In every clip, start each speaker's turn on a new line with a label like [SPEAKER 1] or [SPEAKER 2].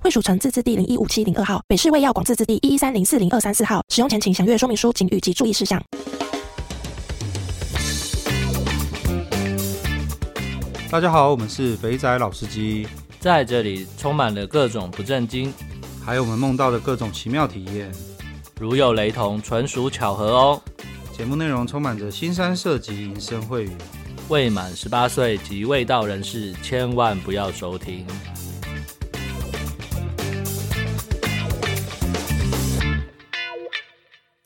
[SPEAKER 1] 惠蜀城自治地零一五七零二号，北市卫药广自治地一一三零四零二三四号。使用前请详阅说明书、警语及注意事项。
[SPEAKER 2] 大家好，我们是肥仔老司机，
[SPEAKER 3] 在这里充满了各种不正经，
[SPEAKER 2] 还有我们梦到的各种奇妙体验。
[SPEAKER 3] 如有雷同，纯属巧合哦。
[SPEAKER 2] 节目内容充满着新三色及银声秽语。
[SPEAKER 3] 未满十八岁及未到人士，千万不要收听。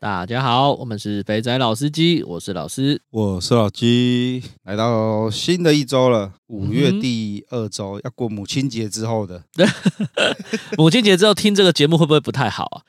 [SPEAKER 3] 大家好，我们是肥仔老司机，我是老师。
[SPEAKER 2] 我是老鸡，来到新的一周了，五月
[SPEAKER 3] 嗯哼
[SPEAKER 2] 第二周、要过母亲节之后的
[SPEAKER 3] 母亲节之后听这个节目会不会不太好啊？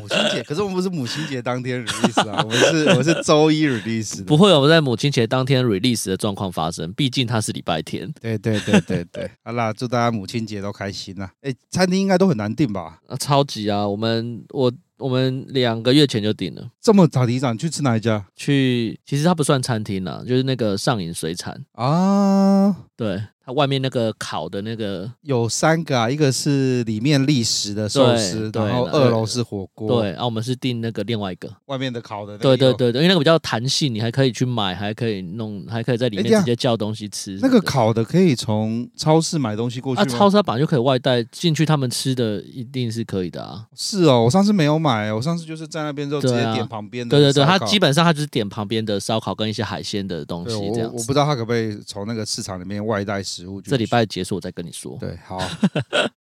[SPEAKER 2] 母亲节， 可是我们不是母亲节当天 release 啊，我们是我们是周一 release 的。
[SPEAKER 3] 不会，我们在母亲节当天 release 的状况发生，毕竟它是礼拜天。
[SPEAKER 2] 对对对对对， 好啦，祝大家母亲节都开心啦！哎，餐厅应该都很难订吧？
[SPEAKER 3] 啊，超级啊！我们我我们两个月前就订了，
[SPEAKER 2] 这么早提早你去吃哪一家
[SPEAKER 3] 去其实它不算餐厅啦、就是那个上影水产，
[SPEAKER 2] 啊？
[SPEAKER 3] 对它外面那个烤的那个，
[SPEAKER 2] 有三个啊，一个是里面立食的寿司，
[SPEAKER 3] 对
[SPEAKER 2] 然后
[SPEAKER 3] 对
[SPEAKER 2] 二楼是火锅，
[SPEAKER 3] 对，，啊，我们是订那个另外一个，
[SPEAKER 2] 外面的烤的，
[SPEAKER 3] 对对，对对，因为那个比较弹性，你还可以去买，还可以弄，还可以在里
[SPEAKER 2] 哎
[SPEAKER 3] 面
[SPEAKER 2] 等一下
[SPEAKER 3] 直接叫东西吃什么
[SPEAKER 2] 那
[SPEAKER 3] 的。
[SPEAKER 2] 个烤的可以从超市买东西过去
[SPEAKER 3] 啊，
[SPEAKER 2] 吗？
[SPEAKER 3] 超市它本来就可以外带进去，他们吃的一定是可以的啊。
[SPEAKER 2] 是哦，我上次没有买，我上次就是在那边就直接
[SPEAKER 3] 对啊
[SPEAKER 2] 点旁边的
[SPEAKER 3] 对
[SPEAKER 2] 烧
[SPEAKER 3] 对
[SPEAKER 2] 烤，
[SPEAKER 3] 对，它基本上它就是点旁边的烧烤跟一些海鲜的东
[SPEAKER 2] 对
[SPEAKER 3] 西
[SPEAKER 2] 我我
[SPEAKER 3] 这样
[SPEAKER 2] 不
[SPEAKER 3] 子。
[SPEAKER 2] 知道它可不可以从那个市场里面外带食物进去。
[SPEAKER 3] 这礼拜结束我再跟你说。
[SPEAKER 2] 对，好，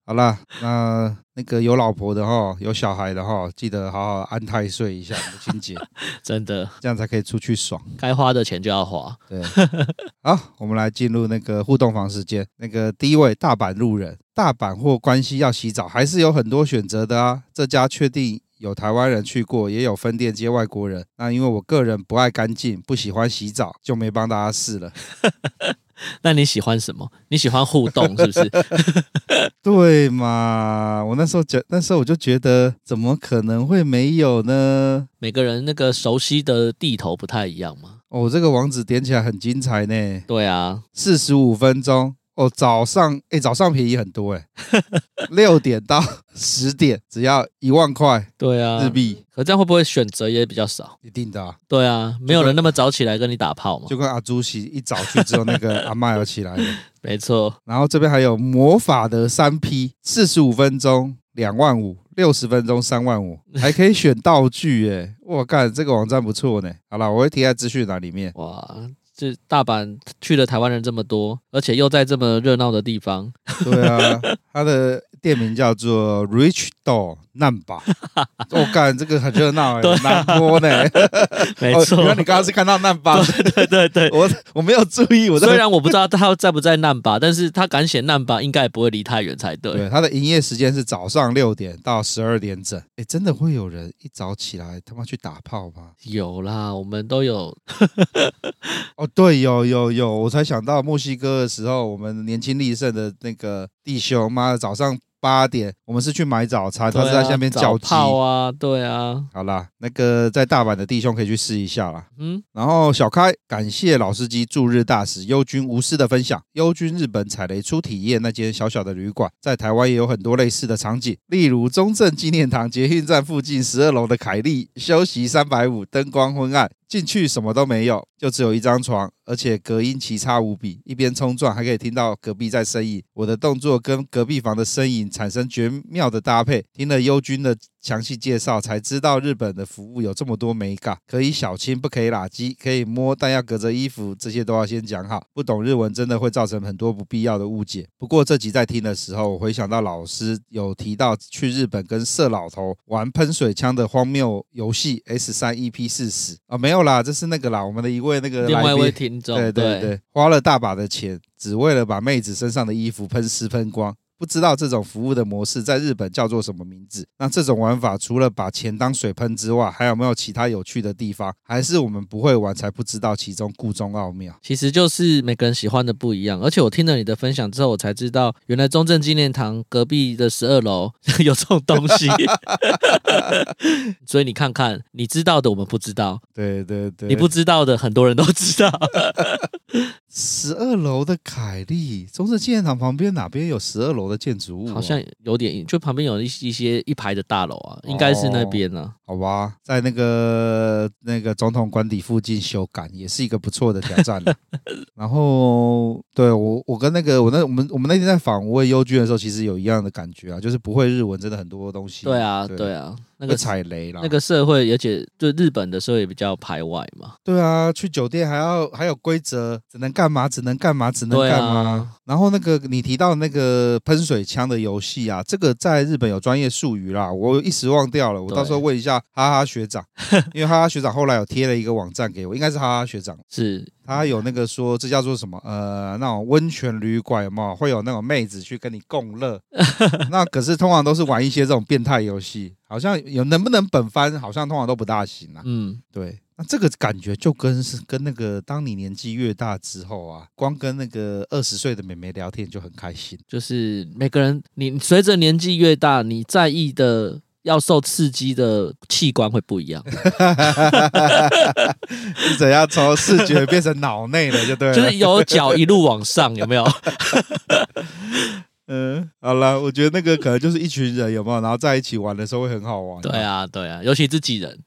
[SPEAKER 2] 好 啦，那那个有老婆的哈，有小孩的哈，记得好好安太岁一下母亲节，
[SPEAKER 3] 真的，
[SPEAKER 2] 这样才可以出去爽。
[SPEAKER 3] 该花的钱就要花。
[SPEAKER 2] 对， 好，我们来进入那个互动房时间。那个第一位大阪路人，大阪或关西要洗澡，还是有很多选择的啊。这家确定有台湾人去过，也有分店接外国人。那因为我个人不爱干净，不喜欢洗澡，就没帮大家试了。
[SPEAKER 3] 那你喜欢什么？你喜欢互动是不是？
[SPEAKER 2] 对嘛？我那时候觉，那时候我就觉得，怎么可能会没有呢？
[SPEAKER 3] 每个人那个熟悉的地头不太一样嘛。
[SPEAKER 2] 哦，这个网址点起来很精彩呢，
[SPEAKER 3] 对啊，
[SPEAKER 2] 四十五分钟。哦，早上哎，早上便宜很多哎，六点到十点只要一万块
[SPEAKER 3] 对啊
[SPEAKER 2] 日币，
[SPEAKER 3] 可这样会不会选择也比较少？
[SPEAKER 2] 一定的、啊，
[SPEAKER 3] 对啊，没有人那么早起来跟你打炮嘛。
[SPEAKER 2] 就跟阿朱喜一早去之后，那个阿妈有起来了。
[SPEAKER 3] 没错，
[SPEAKER 2] 然后这边还有魔法的三 P，四十五分钟两万五，六十分钟三万五，还可以选道具哎，我干这个网站不错呢。好了，我会贴在资讯栏里面。
[SPEAKER 3] 哇，这大阪去了台湾人这么多，而且又在这么热闹的 地方，
[SPEAKER 2] 对啊，它的店名叫做 Rich Do 难吧？我干这个很热闹
[SPEAKER 3] 对啊
[SPEAKER 2] 哎，南波呢？
[SPEAKER 3] 没
[SPEAKER 2] 哦原来你刚刚是看到难吧？
[SPEAKER 3] 对对对。
[SPEAKER 2] 我我没有注意， 我在
[SPEAKER 3] 虽然我不知道他在不在难吧，但是他敢写难吧，应该也不会离太远才对。
[SPEAKER 2] 对，它的营业时间是早上六点到十二点整。哎，真的会有人一早起来他妈去打炮吗？
[SPEAKER 3] 有啦，我们都有
[SPEAKER 2] 哦，对，有有有，我才想到墨西哥的时候，我们年轻力盛的那个弟兄，妈的，早上八点我们是去买早餐，他是在下面
[SPEAKER 3] 对啊
[SPEAKER 2] 叫
[SPEAKER 3] 早
[SPEAKER 2] 鸡。
[SPEAKER 3] 炮啊，对啊，
[SPEAKER 2] 好啦，那个在大阪的弟兄可以去试一下啦。
[SPEAKER 3] 嗯，
[SPEAKER 2] 然后小开，感谢老司机驻日大使优君无私的分享。优君日本踩雷初体验那间小小的旅馆，在台湾也有很多类似的场景，例如中正纪念堂捷运站附近十二楼的凯利休息三百五，灯光昏暗，进去什么都没有，就只有一张床，而且隔音奇差无比，一边冲撞还可以听到隔壁在呻吟。我的动作跟隔壁房的呻吟产生绝妙的搭配。听了优君的详细介绍，才知道日本的服务有这么多美感，可以小亲，不可以拉鸡，可以摸，但要隔着衣服，这些都要先讲好。不懂日文真的会造成很多不必要的误解。不过这集在听的时候，我回想到老师有提到去日本跟色老头玩喷水枪的荒谬游戏 S 三 EP 四十啊，没有啦，这是那个啦，我们的一位那个
[SPEAKER 3] 另外
[SPEAKER 2] 来
[SPEAKER 3] 一
[SPEAKER 2] 宾
[SPEAKER 3] 位听众，
[SPEAKER 2] 对对对，花了大把的钱，只为了把妹子身上的衣服喷湿喷光。不知道这种服务的模式在日本叫做什么名字。那这种玩法除了把钱当水喷之外，还有没有其他有趣的地方？还是我们不会玩才不知道其中故中奥妙？
[SPEAKER 3] 其实就是每个人喜欢的不一样，而且我听了你的分享之后，我才知道原来中正纪念堂隔壁的十二楼 有这种东西。 所以你看看，你知道的我们不知道，
[SPEAKER 2] 对对对，
[SPEAKER 3] 你不知道的很多人都知道。
[SPEAKER 2] 十二楼的凯利中正纪念堂旁边哪边有十二楼的建筑物啊、
[SPEAKER 3] 好像有点，就旁边有一一些一排的大楼啊，应该是那边啊。
[SPEAKER 2] 好吧，在那个那个总统官邸附近修改也是一个不错的挑战 了。然后对我我跟那个我那我们我们那天在访问优君的时候，其实有一样的感觉啊，就是不会日文真的很多东西。
[SPEAKER 3] 对啊，对啊，那
[SPEAKER 2] 那
[SPEAKER 3] 个
[SPEAKER 2] 踩雷啦，
[SPEAKER 3] 那个社会，而且对日本的社会也比较排外嘛。
[SPEAKER 2] 对啊，去酒店还要还有规则，只能干嘛，只能干嘛，只能干
[SPEAKER 3] 对
[SPEAKER 2] 嘛
[SPEAKER 3] 啊。
[SPEAKER 2] 然后那个你提到那个喷水枪的游戏啊，这个在日本有专业术语啦，我一时忘掉了，我
[SPEAKER 3] 对
[SPEAKER 2] 到时候问一下哈哈学 长，因为哈哈学长后来有贴了一个网站给我，应该是哈哈学长。
[SPEAKER 3] 是，
[SPEAKER 2] 他有那个说，这叫做什么？呃，那种温泉旅馆有没有会有那种妹子去跟你共 乐？那可是通常都是玩一些这种变态游戏，好像有能不能本番，好像通常都不大行啊。
[SPEAKER 3] 嗯，
[SPEAKER 2] 对，那这个感觉就跟是跟那个，当你年纪越大之后啊，光跟那个二十岁的妹妹聊天就很开心。
[SPEAKER 3] 就是每个人，你随着年纪越大，你在意的。要受刺激的器官会不一样，
[SPEAKER 2] 是怎样从视觉变成脑内了，就对了。
[SPEAKER 3] 就是由脚一路往上，有没有？
[SPEAKER 2] 嗯，好了，我觉得那个可能就是一群人有没有，然后在一起玩的时候会很好玩。
[SPEAKER 3] 对啊，对啊，尤其自己人，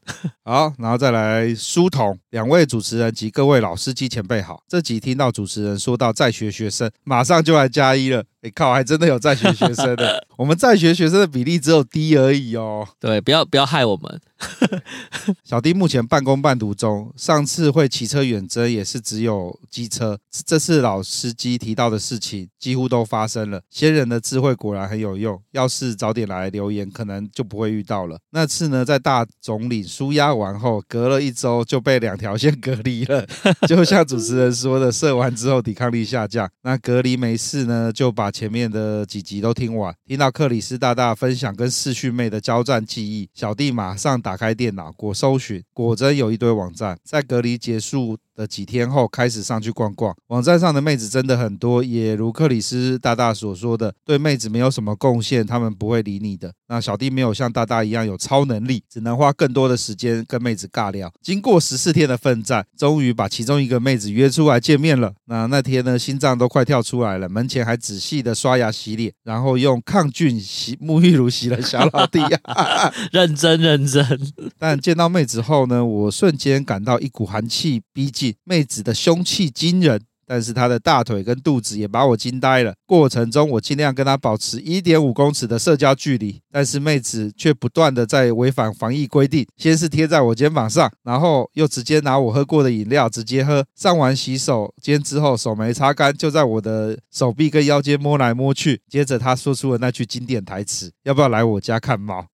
[SPEAKER 2] 好，然后再来书童，两位主持人及各位老司机前辈好。这集听到主持人说到在学学生，马上就来加一了。哎靠，还真的有在学学生 的，我们在学学生的比例只有低而已哦。
[SPEAKER 3] 对，不要不要害我们，
[SPEAKER 2] 小弟目前半工半读中，上次会骑车远征也是只有机车，这次老司机提到的事情几乎都发生了。先人的智慧果然很有用，要是早点来留言，可能就不会遇到了。那次呢，在大总领舒压完后，隔了一周就被两条线隔离了，就像主持人说的，射完之后抵抗力下降。那隔离没事呢，就把前面的几集都听完。听到克里斯大大分享跟视讯妹的交战记忆，小弟马上打开电脑，果搜寻，果真有一堆网站。在隔离结束的几天后，开始上去逛逛。网站上的妹子真的很多，也如克里斯大大所说的，对妹子没有什么贡献，他们不会理你的。那小弟没有像大大一样有超能力，只能花更多的时间跟妹子尬聊。经过十四天的奋战，终于把其中一个妹子约出来见面了。那那天呢，心脏都快跳出来了，门前还仔细的刷牙洗脸，然后用抗菌洗沐浴乳洗了小老弟呀、
[SPEAKER 3] 认真认真，
[SPEAKER 2] 但见到妹子后呢，我瞬间感到一股寒气逼近，妹子的凶气惊人。但是她的大腿跟肚子也把我惊呆了。过程中，我尽量跟她保持一点五公尺的社交距离，但是妹子却不断的在违反防疫规定，先是贴在我肩膀上，然后又直接拿我喝过的饮料直接喝。上完洗手间之后，手没擦干，就在我的手臂跟腰间摸来摸去。接着她说出了那句经典台词：“要不要来我家看猫？”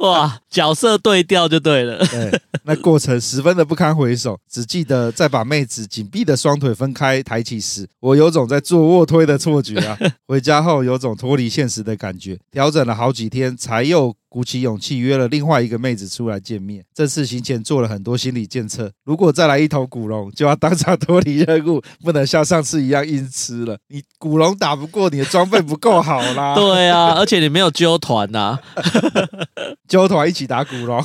[SPEAKER 3] 哇，角色对调就对了，
[SPEAKER 2] 对，那过程十分的不堪回首，只记得在把妹子紧闭的双腿分开抬起时，我有种在做卧推的错觉啊！回家后有种脱离现实的感觉，调整了好几天，才又鼓起勇气约了另外一个妹子出来见面。这次行前做了很多心理建设，如果再来一头古龙，就要当场脱离任务，不能像上次一样硬吃了。你古龙打不过，你的装备不够好啦，
[SPEAKER 3] 对啊，而且你没有揪团啊呐、
[SPEAKER 2] 揪团一起打鼓喽。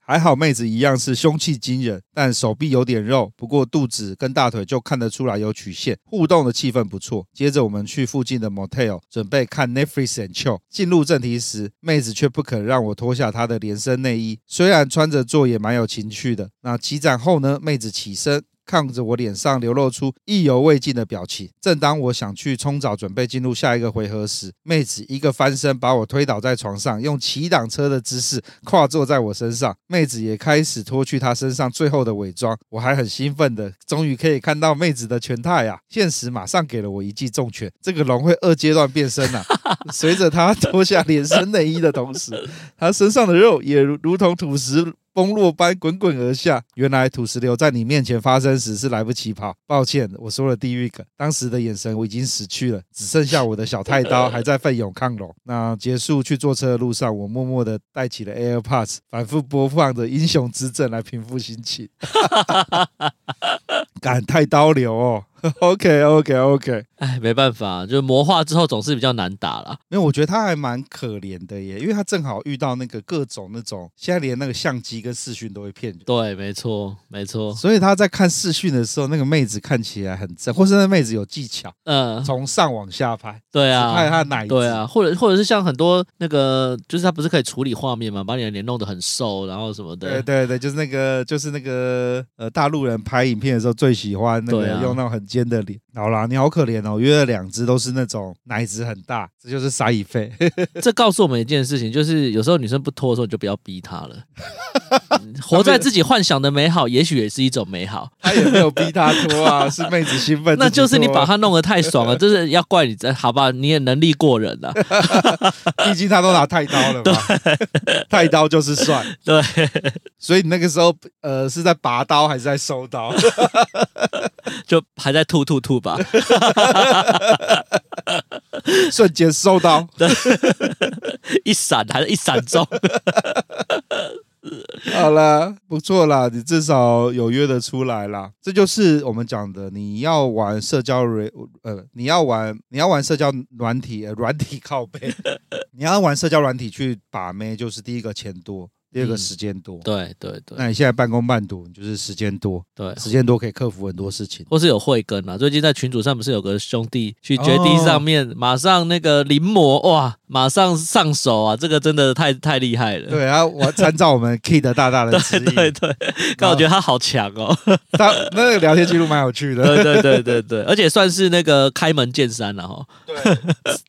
[SPEAKER 2] 还好妹子一样是凶气惊人，但手臂有点肉，不过肚子跟大腿就看得出来有曲线，互动的气氛不错。接着我们去附近的 motel 准备看 Netflix and chill。进入正题时，妹子却不肯让我脱下她的连身内衣，虽然穿着做也蛮有情趣的。那起展后呢，妹子起身看着我脸上流露出意犹未尽的表情。正当我想去冲澡，准备进入下一个回合时，妹子一个翻身把我推倒在床上，用骑挡车的姿势跨坐在我身上。妹子也开始脱去她身上最后的伪装，我还很兴奋的，终于可以看到妹子的全态啊！现实马上给了我一记重拳，这个龙会二阶段变身啊！ 随着她脱下连身内衣的同时，她身上的肉也如如同土石崩落般滚滚而下。原来土石流在你面前发生时是来不及跑，抱歉，我说了地狱梗，当时的眼神我已经死去了，只剩下我的小太刀还在奋勇抗龙。那结束去坐车的路上，我默默的带起了 AirPods，反复播放着《英雄之证》来平复心情。敢太刀流哦，OK OK OK。
[SPEAKER 3] 哎，没办法，就是魔化之后总是比较难打啦。
[SPEAKER 2] 没有，我觉得他还蛮可怜的耶，因为他正好遇到那个各种那种，现在连那个相机跟视讯都会骗人，
[SPEAKER 3] 对，没错，没错。
[SPEAKER 2] 所以他在看视讯的时候，那个妹子看起来很正，或是那妹子有技巧，
[SPEAKER 3] 嗯、
[SPEAKER 2] 从上往下拍，
[SPEAKER 3] 对
[SPEAKER 2] 只拍
[SPEAKER 3] 啊，
[SPEAKER 2] 她的奶子，
[SPEAKER 3] 对啊，或者或者是像很多那个，就是他不是可以处理画面嘛，把你的脸弄得很瘦，然后什么的。
[SPEAKER 2] 对对对，就是那个，就是那个，呃，大陆人拍影片的时候最喜欢那个
[SPEAKER 3] 对啊
[SPEAKER 2] 用那种很尖的脸。好啦，你好可怜哦，约了两只都是那种奶子很大，这就是撒以费。
[SPEAKER 3] 这告诉我们一件事情，就是有时候女生不脱的时候，你就不要逼她了。嗯活在自己幻想的美好，也许也是一种美 好。
[SPEAKER 2] 他也没有逼他脱 啊，是妹子兴奋自己脱啊。
[SPEAKER 3] 那就是你把她弄得太爽了，就是要怪你，好吧？你也能力过人啊了。
[SPEAKER 2] 毕竟他都拿太刀了嘛， 太刀就是帅。
[SPEAKER 3] 对，
[SPEAKER 2] 所以你那个时候，呃，是在拔刀还是在收刀？
[SPEAKER 3] 就还在吐吐吐吧。
[SPEAKER 2] 瞬间收刀。
[SPEAKER 3] 一闪还是一闪中，
[SPEAKER 2] 好了，不错啦，你至少有约得出来啦。这就是我们讲的，你要玩社交软，呃，你要玩你要玩社交软体，呃，软体靠 背，你要玩社交软体去把妹，就是第一个钱多，第二个
[SPEAKER 3] 嗯
[SPEAKER 2] 时间多。
[SPEAKER 3] 对对对
[SPEAKER 2] 那你现在半工半读，你就是时间多，
[SPEAKER 3] 对，
[SPEAKER 2] 时间多可以克服很多事情。
[SPEAKER 3] 或是有慧根啊。最近在群组上不是有个兄弟去绝地上面，马上那个临摹哇，马上上手啊，这个真的太太厉害了。
[SPEAKER 2] 对啊，我参照我 们 Kid 大大的指
[SPEAKER 3] 对
[SPEAKER 2] 引，
[SPEAKER 3] 对，但我觉得他好强 哦。
[SPEAKER 2] 他那个聊天记录蛮有趣的，
[SPEAKER 3] 对对对对对，而且算是那个开门见山了哈。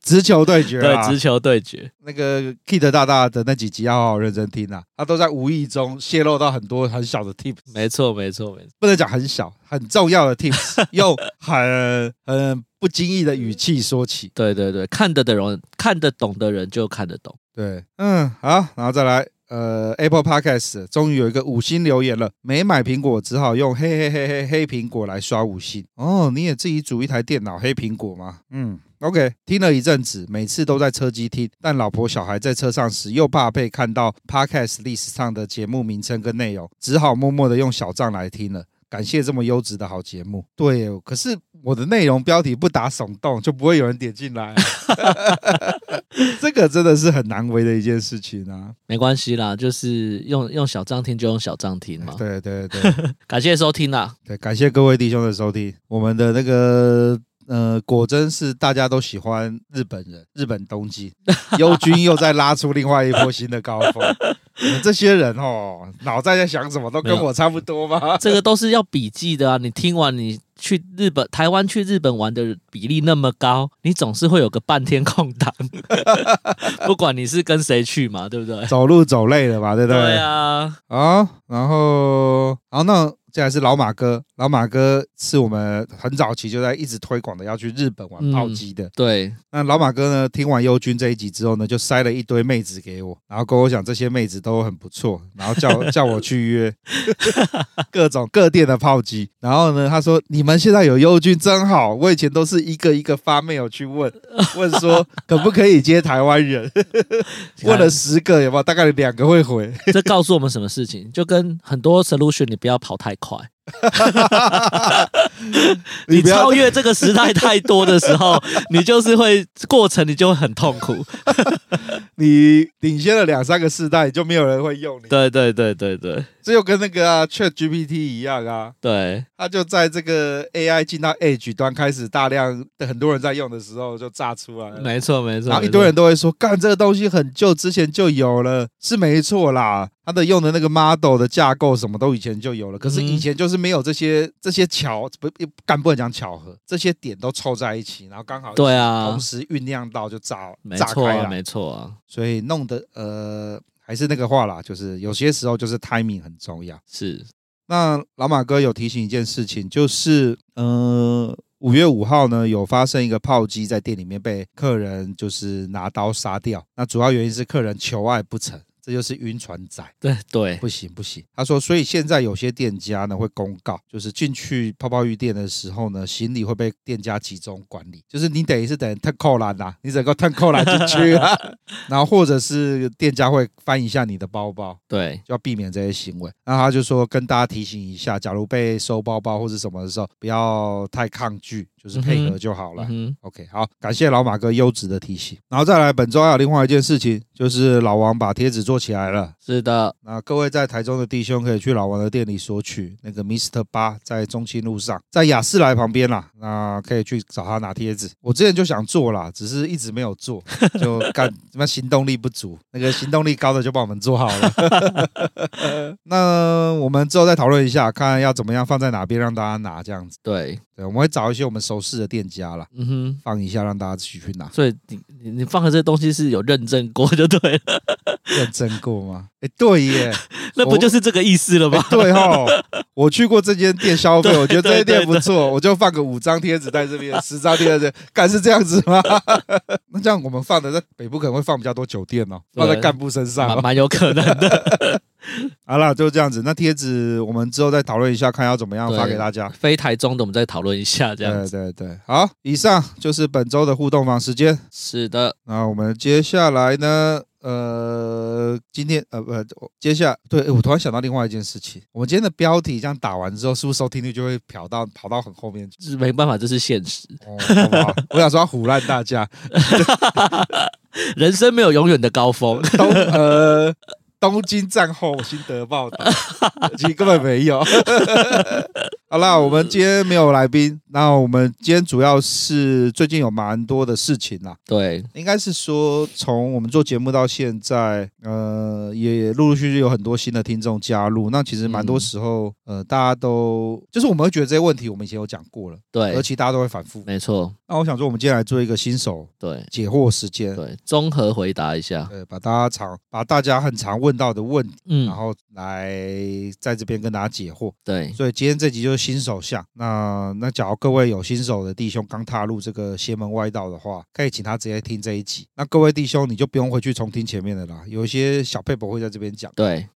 [SPEAKER 2] 直球对决
[SPEAKER 3] 对，
[SPEAKER 2] 啊
[SPEAKER 3] 直。球对决，
[SPEAKER 2] 那个 Kid 大大的那几集要好好认真听啊，他都在无意中泄露到很多很小的 tips，
[SPEAKER 3] 没错没错没错。
[SPEAKER 2] 不能讲很小，很重要的 tips，用很很不经意的语气说起。
[SPEAKER 3] 对对对，看得的人看得懂的人就看得懂。
[SPEAKER 2] 对，嗯，好，然后再来。呃，Apple Podcast 终于有一个五星留言了。没买苹果，只好用黑黑黑黑黑苹果来刷五星。哦，你也自己组一台电脑黑苹果吗？嗯，OK。听了一阵子，每次都在车机听，但老婆小孩在车上时又怕被看到 Podcast 历史上的节目名称跟内容，只好默默的用小账来听了。感谢这么优质的好节目。对耶，可是我的内容标题不打耸动，就不会有人点进来啊、这个真的是很难为的一件事情啊！
[SPEAKER 3] 没关系啦，就是用用小账听就用小账听 嘛。
[SPEAKER 2] 对对对
[SPEAKER 3] 感谢收听啦，
[SPEAKER 2] 对，感谢各位弟兄的收听，我们的那个。呃，果真是大家都喜欢日本人，日本东 京，优君又在拉出另外一波新的高峰。你们这些人哦，脑袋在想什么，都跟
[SPEAKER 3] 没有
[SPEAKER 2] 我差不多吧？
[SPEAKER 3] 这个都是要笔记的啊。你听完，你去日本、台湾去日本玩的比例那么高，你总是会有个半天空档，不管你是跟谁去嘛，对不对？
[SPEAKER 2] 走路走累了 吧？对不对？
[SPEAKER 3] 对啊，
[SPEAKER 2] 好，然后，好，那接下来是老马哥。老马哥是我们很早期就在一直推广的，要去日本玩
[SPEAKER 3] 嗯
[SPEAKER 2] 炮击的。
[SPEAKER 3] 对，
[SPEAKER 2] 那老马哥呢，听完优君这一集之后呢，就塞了一堆妹子给我，然后跟我讲这些妹子都很不错，然后叫叫我去约各种各店的炮击。然后呢，他说你们现在有优君真好，我以前都是一个一个发 mail 去问，问说可不可以接台湾人，问了十个有没有，大概两个会回。
[SPEAKER 3] 这告诉我们什么事情？就跟很多 solution，你不要跑太快。你
[SPEAKER 2] 不要
[SPEAKER 3] 超越这个时代太多的时候，你就是会过程，你就会很痛苦。
[SPEAKER 2] 你领先了两三个世代，就没有人会用你。
[SPEAKER 3] 对对对对对
[SPEAKER 2] 这就跟那个啊 Chat GPT 一样啊，
[SPEAKER 3] 对，
[SPEAKER 2] 它就在这个 AI 进到 Edge 端开始大量很多人在用的时候就炸出来了。
[SPEAKER 3] 没错没错。
[SPEAKER 2] 然后一
[SPEAKER 3] 没错
[SPEAKER 2] 堆人都会说，干这个东西很旧，之前就有了，是没错啦。它的用的那个 model 的架构什么都以前就有了，可是
[SPEAKER 3] 嗯
[SPEAKER 2] 以前就是没有这些这些巧不干不能讲巧合，这些点都凑在一起，然后刚好
[SPEAKER 3] 对啊
[SPEAKER 2] 同时酝酿到就炸
[SPEAKER 3] 没
[SPEAKER 2] 炸
[SPEAKER 3] 错
[SPEAKER 2] 开
[SPEAKER 3] 啊，
[SPEAKER 2] 来。
[SPEAKER 3] 没错啊，
[SPEAKER 2] 所以弄得呃，还是那个话啦，就是有些时候就是 timing 很重要。
[SPEAKER 3] 是
[SPEAKER 2] 那老马哥有提醒一件事情，就是呃，五月五号呢有发生一个炮击在店里面被客人就是拿刀杀掉，那主要原因是客人求爱不成。这就是晕船仔。
[SPEAKER 3] 对对，
[SPEAKER 2] 不行不行，他说，所以现在有些店家呢会公告，就是进去泡泡浴店的时候呢，行李会被店家集中管理，就是你等于是等特扣篮啦，你整个特扣篮进去啊，然后或者是店家会翻一下你的包包，
[SPEAKER 3] 对
[SPEAKER 2] 就要避免这些行为。那他就说跟大家提醒一下，假如被收包包或者什么的时候，不要太抗拒，就是配
[SPEAKER 3] 嗯
[SPEAKER 2] 合
[SPEAKER 3] 哼
[SPEAKER 2] 就好了。
[SPEAKER 3] 嗯
[SPEAKER 2] OK，好，感谢老马哥优质的提醒。然后再来，本周还有另外一件事情，就是老王把贴纸做起来了。
[SPEAKER 3] 是的，
[SPEAKER 2] 那各位在台中的弟兄可以去老王的店里索取那个 Mister 八，在中清路上，在雅士来旁边啦。那可以去找他拿贴纸。我之前就想做啦，只是一直没有做，就干他妈行动力不足。那个行动力高的就帮我们做好了。 那我们之后再讨论一下，看要怎么样放在哪边让大家拿这样子。
[SPEAKER 3] 对，
[SPEAKER 2] 对，我们会找一些我们熟识的店家啦，
[SPEAKER 3] 嗯哼。。
[SPEAKER 2] 放一下让大家去去拿
[SPEAKER 3] 所以你你你放的这东西是有认证过就对了，
[SPEAKER 2] 认真过吗？哎、对耶。
[SPEAKER 3] 那不就是这个意思了吗？
[SPEAKER 2] 对哦，我去过这间店消费，我觉得这间店不错，我就放个五张贴纸在这 边，十张贴在这，干是这样子吗？ 那这样我们放的在北部可能会放比较多酒店哦，放在
[SPEAKER 3] 对
[SPEAKER 2] 干部身上、
[SPEAKER 3] 蛮
[SPEAKER 2] 哦。
[SPEAKER 3] 蛮有可能的，
[SPEAKER 2] 好啦，就这样子。那贴纸我们之后再讨论一下，看要怎么样发给大家。
[SPEAKER 3] 非台中的我们再讨论一下，这样
[SPEAKER 2] 对
[SPEAKER 3] 子
[SPEAKER 2] 对对，好，以上就是本周的互动房时间。
[SPEAKER 3] 是的，
[SPEAKER 2] 那我们接下来呢？呃，今天呃不，我接下对诶我突然想到另外一件事情，我们今天的标题这样打完之后，是不是收听率就会飘到跑到很后面去？
[SPEAKER 3] 是没办法，这是现实，
[SPEAKER 2] 哦，好不好？我想说要唬烂大家，
[SPEAKER 3] 人生没有永远的高峰，
[SPEAKER 2] 东呃东京战后心得报道，其实根本没有。 好啦，我们今天没有来宾，那我们今天主要是最近有蛮多的事情啦，
[SPEAKER 3] 对，
[SPEAKER 2] 应该是说从我们做节目到现在，呃，也陆陆续续有很多新的听众加入。那其实蛮多
[SPEAKER 3] 嗯
[SPEAKER 2] 时候，呃，大家都就是我们会觉得这些问题我们以前有讲过了，而
[SPEAKER 3] 对，
[SPEAKER 2] 且大家都会反复。
[SPEAKER 3] 没错，
[SPEAKER 2] 那我想说，我们今天来做一个新手
[SPEAKER 3] 对
[SPEAKER 2] 解惑时间，
[SPEAKER 3] 对，综合回答一下，
[SPEAKER 2] 对，把大家常把大家很常问到的问题，
[SPEAKER 3] 嗯
[SPEAKER 2] 然，后来在这边跟大家解惑。
[SPEAKER 3] 对，
[SPEAKER 2] 所以今天这集就是新手向。那那假如各位有新手的弟兄刚踏入这个邪门歪道的话，可以请他直接听这一集。那各位弟兄你就不用回去重听前面的啦，有一些小配博会在这边讲。
[SPEAKER 3] 对，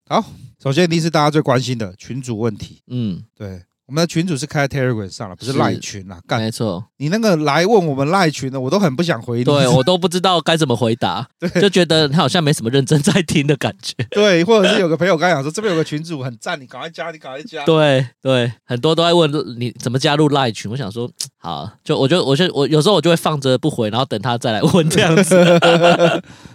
[SPEAKER 2] 首先一定是大家最关心的群主问题，
[SPEAKER 3] 嗯，
[SPEAKER 2] 对。我们的群主是开在 Telegram 上了，不是
[SPEAKER 3] 是哎
[SPEAKER 2] 赖群啊！干，
[SPEAKER 3] 没错，
[SPEAKER 2] 你那个来问我们赖群的，我都很不想回你。
[SPEAKER 3] 对我都不知道该怎么回答，就觉得他好像没什么认真在听的感觉，
[SPEAKER 2] 对，或者是有个朋友刚才讲说这边有个群主很赞，你赶快加，你赶快加。
[SPEAKER 3] 对对，很多都在问你怎么加入赖群，我想说，好，就我就我就我有时候我就会放着不回，然后等他再来问这样子，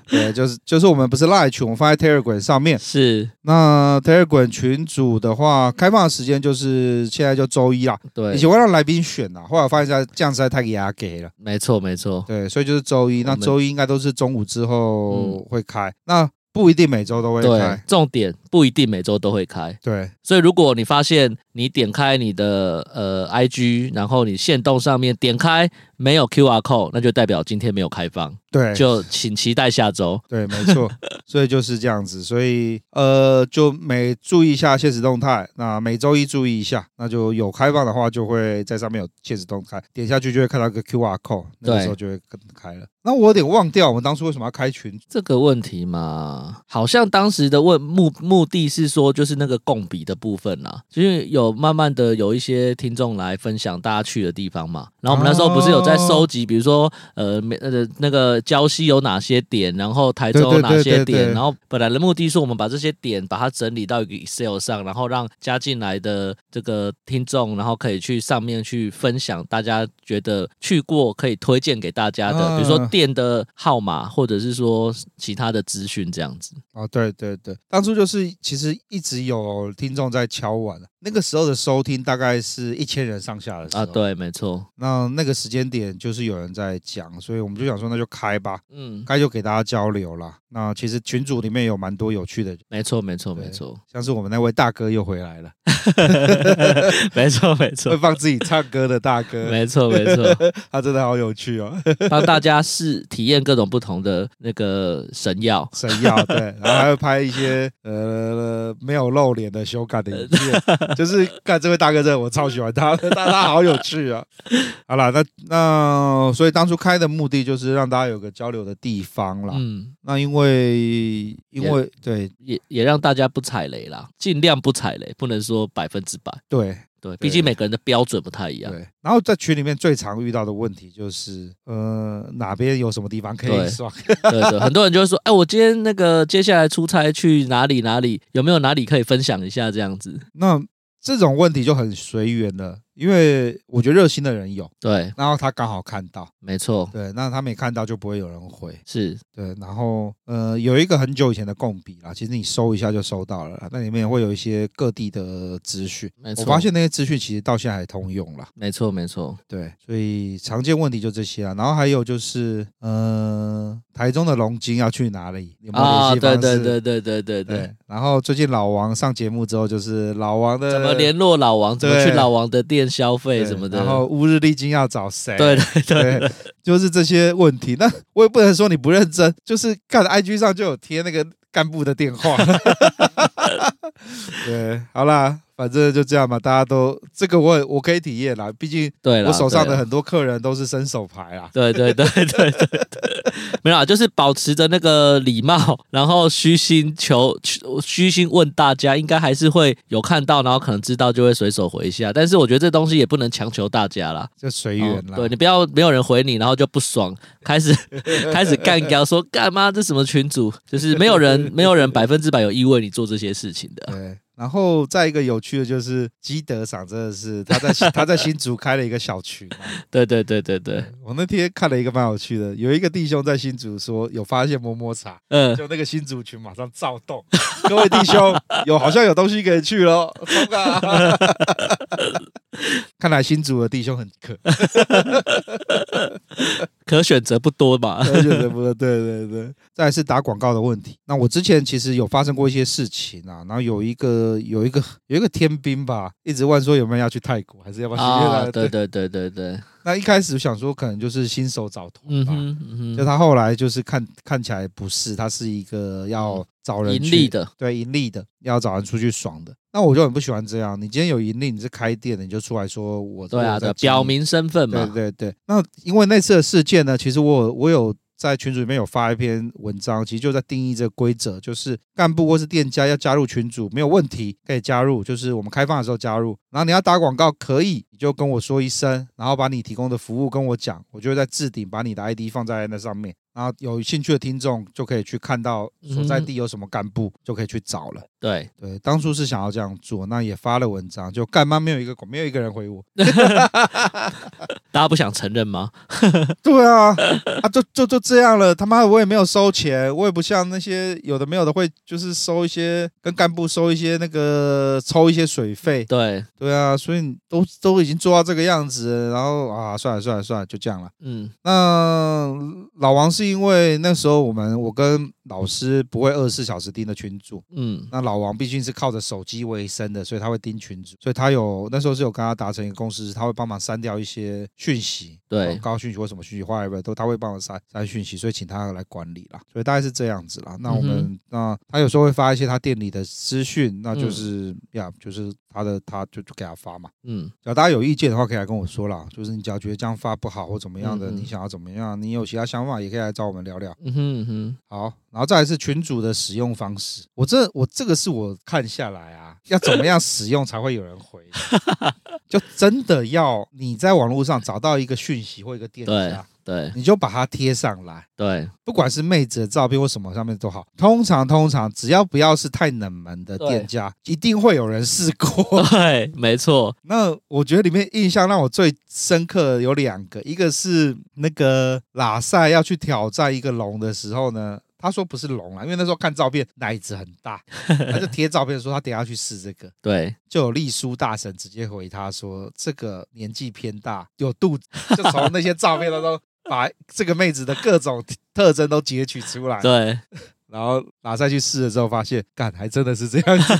[SPEAKER 2] 对，就是就是我们不是赖群，我们放在 Telegram 上面。
[SPEAKER 3] 是
[SPEAKER 2] 那 Telegram 群组的话，开放的时间就是现在就周一啦。
[SPEAKER 3] 对
[SPEAKER 2] 以，前会让来宾选啦，后来我发现这样这样实在太压给了。
[SPEAKER 3] 没错没错，
[SPEAKER 2] 对，所以就是周一。
[SPEAKER 3] 我
[SPEAKER 2] 那
[SPEAKER 3] 们
[SPEAKER 2] 周一应该都是中午之后
[SPEAKER 3] 嗯
[SPEAKER 2] 会开，那不一定每周都会
[SPEAKER 3] 对
[SPEAKER 2] 开。，
[SPEAKER 3] 重点不一定每周都会开，
[SPEAKER 2] 对
[SPEAKER 3] 所以如果你发现你点开你的呃 IG，然后你线动上面点开没有 QR code，那就代表今天没有开放，
[SPEAKER 2] 对
[SPEAKER 3] 就请期待下周。
[SPEAKER 2] 对，没错。所以就是这样子。 所以呃，就每注意一下现实动态，那每周一注意一下，那就有开放的话就会在上面有现实动态，点下去就会看到一个 QR code，那个
[SPEAKER 3] 对
[SPEAKER 2] 时候就会跟开了。那我有点忘掉我们当初为什么要开群组
[SPEAKER 3] 这个问题嘛，好像当时的问目目的是说，就是那个共比的部分啦，就是有慢慢的有一些听众来分享大家去的地方嘛。然后我们那时候不是有在收集，比如说呃，每呃那个礁溪有哪些点，然后台州有哪
[SPEAKER 2] 对对对
[SPEAKER 3] 些
[SPEAKER 2] 对对
[SPEAKER 3] 点，然后本来的目的是我们把这些点把它整理到一个 Excel 上，然后让加进来的这个听众，然后可以去上面去分享大家觉得去过可以推荐给大家的，
[SPEAKER 2] 啊
[SPEAKER 3] 比如说店的号码，或者是说其他的资讯这样子。
[SPEAKER 2] 哦，对对对，当初就是其实一直有听众在敲碗，啊那个时候的收听大概是哦一千人上下的时候
[SPEAKER 3] 啊，，对，没错，
[SPEAKER 2] 那那个时间点就是有人在讲，所以我们就想说那就开吧，
[SPEAKER 3] 嗯，
[SPEAKER 2] 开就给大家交流啦。那其实群组里面有蛮多有趣的人，
[SPEAKER 3] 没错，没错，
[SPEAKER 2] 对
[SPEAKER 3] 没错，
[SPEAKER 2] 像是我们那位大哥又回来了，
[SPEAKER 3] 没错，没
[SPEAKER 2] 会
[SPEAKER 3] 错，
[SPEAKER 2] 放自己唱歌的大哥，
[SPEAKER 3] 没错，没 错，
[SPEAKER 2] 他真的好有趣哦，
[SPEAKER 3] 帮大家试体验各种不同的那个神药。
[SPEAKER 2] 神药对，然后还会拍一些呃个没有露脸的修改的影 片，就是看这位大哥真的我超喜欢他， 他他好有趣 啊！好啦，那那所以当初开的目的就是让大家有个交流的地方啦。
[SPEAKER 3] 嗯，
[SPEAKER 2] 那因为因为对
[SPEAKER 3] 也也让大家不踩雷啦，尽量不踩雷，不能说百分之百。
[SPEAKER 2] 对
[SPEAKER 3] 对，毕竟每个人的标准不太一样。
[SPEAKER 2] 对，然后在群里面最常遇到的问题就是，呃，哪边有什么地方可以
[SPEAKER 3] 对
[SPEAKER 2] 爽？
[SPEAKER 3] 对对，很多人就会说，哎，我今天那个接下来出差去哪里哪里，有没有哪里可以分享一下这样子？
[SPEAKER 2] 那这种问题就很随缘了，因为我觉得热心的人有，
[SPEAKER 3] 对，
[SPEAKER 2] 然后他刚好看到，
[SPEAKER 3] 没错，
[SPEAKER 2] 对，那他没看到就不会有人回，
[SPEAKER 3] 是
[SPEAKER 2] 对。然后呃，有一个很久以前的共笔啦，其实你搜一下就搜到了啦，那里面会有一些各地的资讯，
[SPEAKER 3] 没
[SPEAKER 2] 我
[SPEAKER 3] 错。
[SPEAKER 2] 发现那些资讯其实到现在还通用啦，
[SPEAKER 3] 没错没错，
[SPEAKER 2] 对，所以常见问题就这些啊。然后还有就是，呃，台中的龙津要去哪里？有没有联
[SPEAKER 3] 啊，
[SPEAKER 2] 系方
[SPEAKER 3] 对
[SPEAKER 2] 式？
[SPEAKER 3] 对对对对对对
[SPEAKER 2] 对。然后最近老王上节目之后，就是老王的
[SPEAKER 3] 怎么联络老王？怎么
[SPEAKER 2] 对
[SPEAKER 3] 去老王的店消费
[SPEAKER 2] 对
[SPEAKER 3] 什么的？
[SPEAKER 2] 然后乌日丽晶要找谁？
[SPEAKER 3] 对对对，
[SPEAKER 2] 对，就是这些问题。那我也不能说你不认真，就是看 IG 上就有贴那个干部的电 话。对，好啦，反正就这样吧。大家都这个我也我可以体验啦，毕竟
[SPEAKER 3] 对啦
[SPEAKER 2] 我手上的
[SPEAKER 3] 对啦
[SPEAKER 2] 很多客人都是伸手牌啦。
[SPEAKER 3] 对对对对对对，没有啦，啊就是保持着那个礼貌，然后虚心求虚心问大家，应该还是会有看到，然后可能知道就会随手回一下。但是我觉得这东西也不能强求大家啦，哦
[SPEAKER 2] 就随缘啦、
[SPEAKER 3] 对你不要没有人回你，然后就不爽，开始开始干掉，说干嘛这什么群主，就是没有人没有人百分之百有意为你做这些事情的。
[SPEAKER 2] 对，然后再一个有趣的就是基德赏，真的是他在 他在新竹开了一个小群啊、
[SPEAKER 3] 对对对对对，
[SPEAKER 2] 我那天看了一个蛮有趣的，有一个弟兄在新竹说有发现摸摸茶，
[SPEAKER 3] 嗯，
[SPEAKER 2] 就那个新族群马上躁动， 各位弟兄有好像有东西可以去喽，冲啊！ 看来新族的弟兄很 可，
[SPEAKER 3] 可选择不多嘛。
[SPEAKER 2] 而且对不对？对对对。再来是打广告的问题。那我之前其实有发生过一些事情啊，然后有一个有一个有一个天兵吧，一直问说有没有要去泰国，还是要不要去越
[SPEAKER 3] 啊，
[SPEAKER 2] 南？
[SPEAKER 3] 对对对对对，
[SPEAKER 2] 那一开始想说可能就是新手找团
[SPEAKER 3] 嗯
[SPEAKER 2] 吧，
[SPEAKER 3] 哼嗯
[SPEAKER 2] 就
[SPEAKER 3] 哼，
[SPEAKER 2] 他后来就是看看起来不是，他是一个要找人
[SPEAKER 3] 盈
[SPEAKER 2] 去
[SPEAKER 3] 利的，
[SPEAKER 2] 对，盈利的要找人出去爽的。那我就很不喜欢这样。你今天有盈利，你是开店的，你就出来说我
[SPEAKER 3] 对啊，
[SPEAKER 2] 我在
[SPEAKER 3] 对
[SPEAKER 2] 经营
[SPEAKER 3] 表明身份
[SPEAKER 2] 对
[SPEAKER 3] 嘛，
[SPEAKER 2] 对对。那因为那次的事件呢，其实我有我有在群组里面有发一篇文章，其实就在定义这个规则，就是干部或是店家要加入群组没有问题，可以加入，就是我们开放的时候加入。然后你要打广告可以，你就跟我说一声，然后把你提供的服务跟我讲，我就会在置顶把你的 ID 放在那上面。然后有兴趣的听众就可以去看到所在地有什么干部，就可以去找了。
[SPEAKER 3] 对，
[SPEAKER 2] 对，当初是想要这样做，那也发了文章，就干嘛没有一个没有一个人回我。
[SPEAKER 3] 大家不想承认吗？
[SPEAKER 2] 对啊，啊就就就这样了，他妈的我也没有收钱，我也不像那些有的没有的会就是收一些跟干部收一些那个抽一些水费。
[SPEAKER 3] 对，
[SPEAKER 2] 对啊，所以你都都已经做到这个样子了，然后啊算了算了算了，就这样了。
[SPEAKER 3] 嗯，
[SPEAKER 2] 那老王是因为那时候我们我跟老师不会二十四小时盯着群组，
[SPEAKER 3] 嗯，
[SPEAKER 2] 那老王毕竟是靠着手机为生的，所以他会盯群组，所以他有那时候是有跟他达成一个共识，是他会帮忙删掉一些讯息，
[SPEAKER 3] 对
[SPEAKER 2] 广告讯息或什么讯息，whatever 都他会帮忙删删讯息，所以请他来管理啦，所以大概是这样子啦。那我
[SPEAKER 3] 嗯
[SPEAKER 2] 们、那他有时候会发一些他店里的资讯，那就是、呀，就是他的他就就给他发嘛。
[SPEAKER 3] 嗯，
[SPEAKER 2] 只要大家有意见的话，可以来跟我说啦。就是你只要觉得这样发不好或怎么样的，
[SPEAKER 3] 嗯嗯
[SPEAKER 2] 你想要怎么样，你有其他想法也可以来找我们聊聊。
[SPEAKER 3] 嗯哼嗯哼，
[SPEAKER 2] 好，然后再来是群主的使用方式。我这我这个是我看下来啊， 要怎么样使用才会有人 回？就真的要你在网络上找到一个讯息或一个店
[SPEAKER 3] 对
[SPEAKER 2] 家，
[SPEAKER 3] 对
[SPEAKER 2] 你就把它贴上来，
[SPEAKER 3] 对
[SPEAKER 2] 不管是妹子的照片或什么上面都好。通常通常只要不要是太冷门的
[SPEAKER 3] 对
[SPEAKER 2] 店家，一定会有人试过。
[SPEAKER 3] 对，没错，
[SPEAKER 2] 那我觉得里面印象让我最深刻的有两个，一个是那个拉塞要去挑战一个龙的时候呢，他说不是龙啊啦，因为那时候看照片奶子很大，他就贴照片说他等一下要去试这个。
[SPEAKER 3] 对
[SPEAKER 2] 就有丽书大神直接回他说：“这个年纪偏大，有肚子。”就从那些照片当中把这个妹子的各种特征都截取出来，
[SPEAKER 3] 对，
[SPEAKER 2] 然后拉塞去试了之后发现，干还真的是这样子。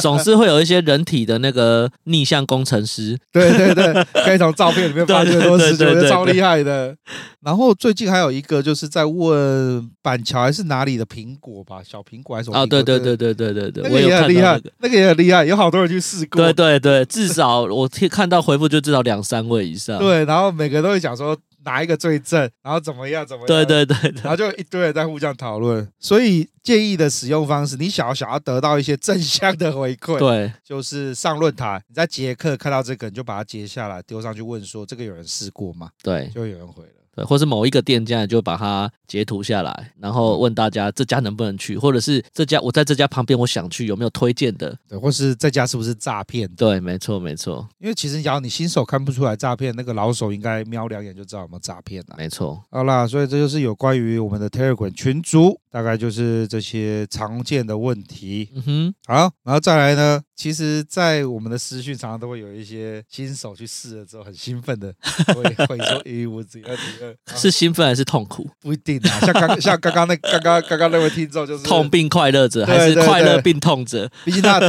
[SPEAKER 3] 总是会有一些人体的那个逆向工程师，
[SPEAKER 2] 对对对，可以从照片里面发现很多事情，我
[SPEAKER 3] 对
[SPEAKER 2] 觉
[SPEAKER 3] 对对对
[SPEAKER 2] 得
[SPEAKER 3] 对
[SPEAKER 2] 超厉害的。然后最近还有一个就是在问板桥还是哪里的苹果吧，小苹果还是什么
[SPEAKER 3] 啊，
[SPEAKER 2] 苹果
[SPEAKER 3] 对对对，对对对对，
[SPEAKER 2] 那
[SPEAKER 3] 我
[SPEAKER 2] 个
[SPEAKER 3] 有
[SPEAKER 2] 也
[SPEAKER 3] 看
[SPEAKER 2] 很
[SPEAKER 3] 到
[SPEAKER 2] 厉
[SPEAKER 3] 那
[SPEAKER 2] 害
[SPEAKER 3] 个。，
[SPEAKER 2] 那个也很厉害，有好多人去试过。
[SPEAKER 3] 对对对，至少我听看到回复就至少两三位以上。
[SPEAKER 2] 对，啊然后每个都会讲说哪一个最正，然后怎么样怎么样。
[SPEAKER 3] 对对对对
[SPEAKER 2] 然后就一堆人在互相讨论，所以建议的使用方式，你想要想要得到一些正向的回馈，
[SPEAKER 3] 对
[SPEAKER 2] 就是上论坛，你在捷克看到这个，你就把它截下来丢上去问说这个有人试过吗？
[SPEAKER 3] 对
[SPEAKER 2] 就有人回了。
[SPEAKER 3] 对，或是某一个店家就把它截图下来，然
[SPEAKER 2] 嗯
[SPEAKER 3] 后问大家这家能不能去，或者是这家我在这家旁边我想去，有没有推荐的？
[SPEAKER 2] 对，或是在家是不是诈骗的？
[SPEAKER 3] 对，没错没错
[SPEAKER 2] 因为其实，假如你新手看不出来诈骗，那个老手应该瞄两眼就知道有没有诈骗了、
[SPEAKER 3] 没错。
[SPEAKER 2] 好啦，所以这就是有关于我们的 Telegram 群组，大概就是这些常见的问题。
[SPEAKER 3] 嗯哼，
[SPEAKER 2] 好，然后再来呢，其实，在我们的私讯常常都会有一些新手去试了之后很兴奋的，会会说：“咦，我只要几个。”啊
[SPEAKER 3] 嗯是兴奋还是痛苦？
[SPEAKER 2] 不一定啊，像刚像刚刚那刚刚刚刚那位听众就是
[SPEAKER 3] 痛，并快乐着，
[SPEAKER 2] 对
[SPEAKER 3] 还是
[SPEAKER 2] 对
[SPEAKER 3] 快乐
[SPEAKER 2] 对
[SPEAKER 3] 并痛着？
[SPEAKER 2] 毕竟他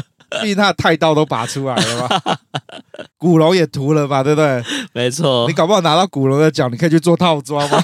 [SPEAKER 2] 毕竟他的太刀都拔出来了 嘛，古龙也涂了嘛，对不对？
[SPEAKER 3] 没错
[SPEAKER 2] 你，搞不好拿到古龙的奖，你可以去做套装 嘛。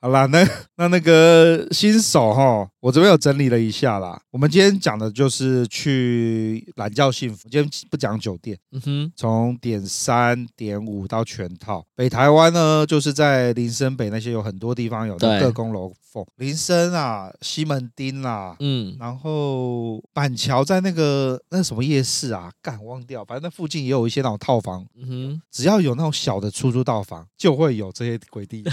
[SPEAKER 2] 好啦，那那那个新手哈，我这边有整理了一下啦。我们今天讲的就是去懒觉幸福，今天不讲酒店。
[SPEAKER 3] 嗯哼，
[SPEAKER 2] 从点三、点五到全套。北台湾呢，就是在林森北那些有很多地方有那
[SPEAKER 3] 对
[SPEAKER 2] 个工楼凤，林森啊、西门町啊，
[SPEAKER 3] 嗯，
[SPEAKER 2] 然后板桥在那个那什么夜市啊，干忘掉，反正那附近也有一些那种套房，
[SPEAKER 3] 嗯哼，
[SPEAKER 2] 只要有那种小的出租套房，就会有这些鬼地方。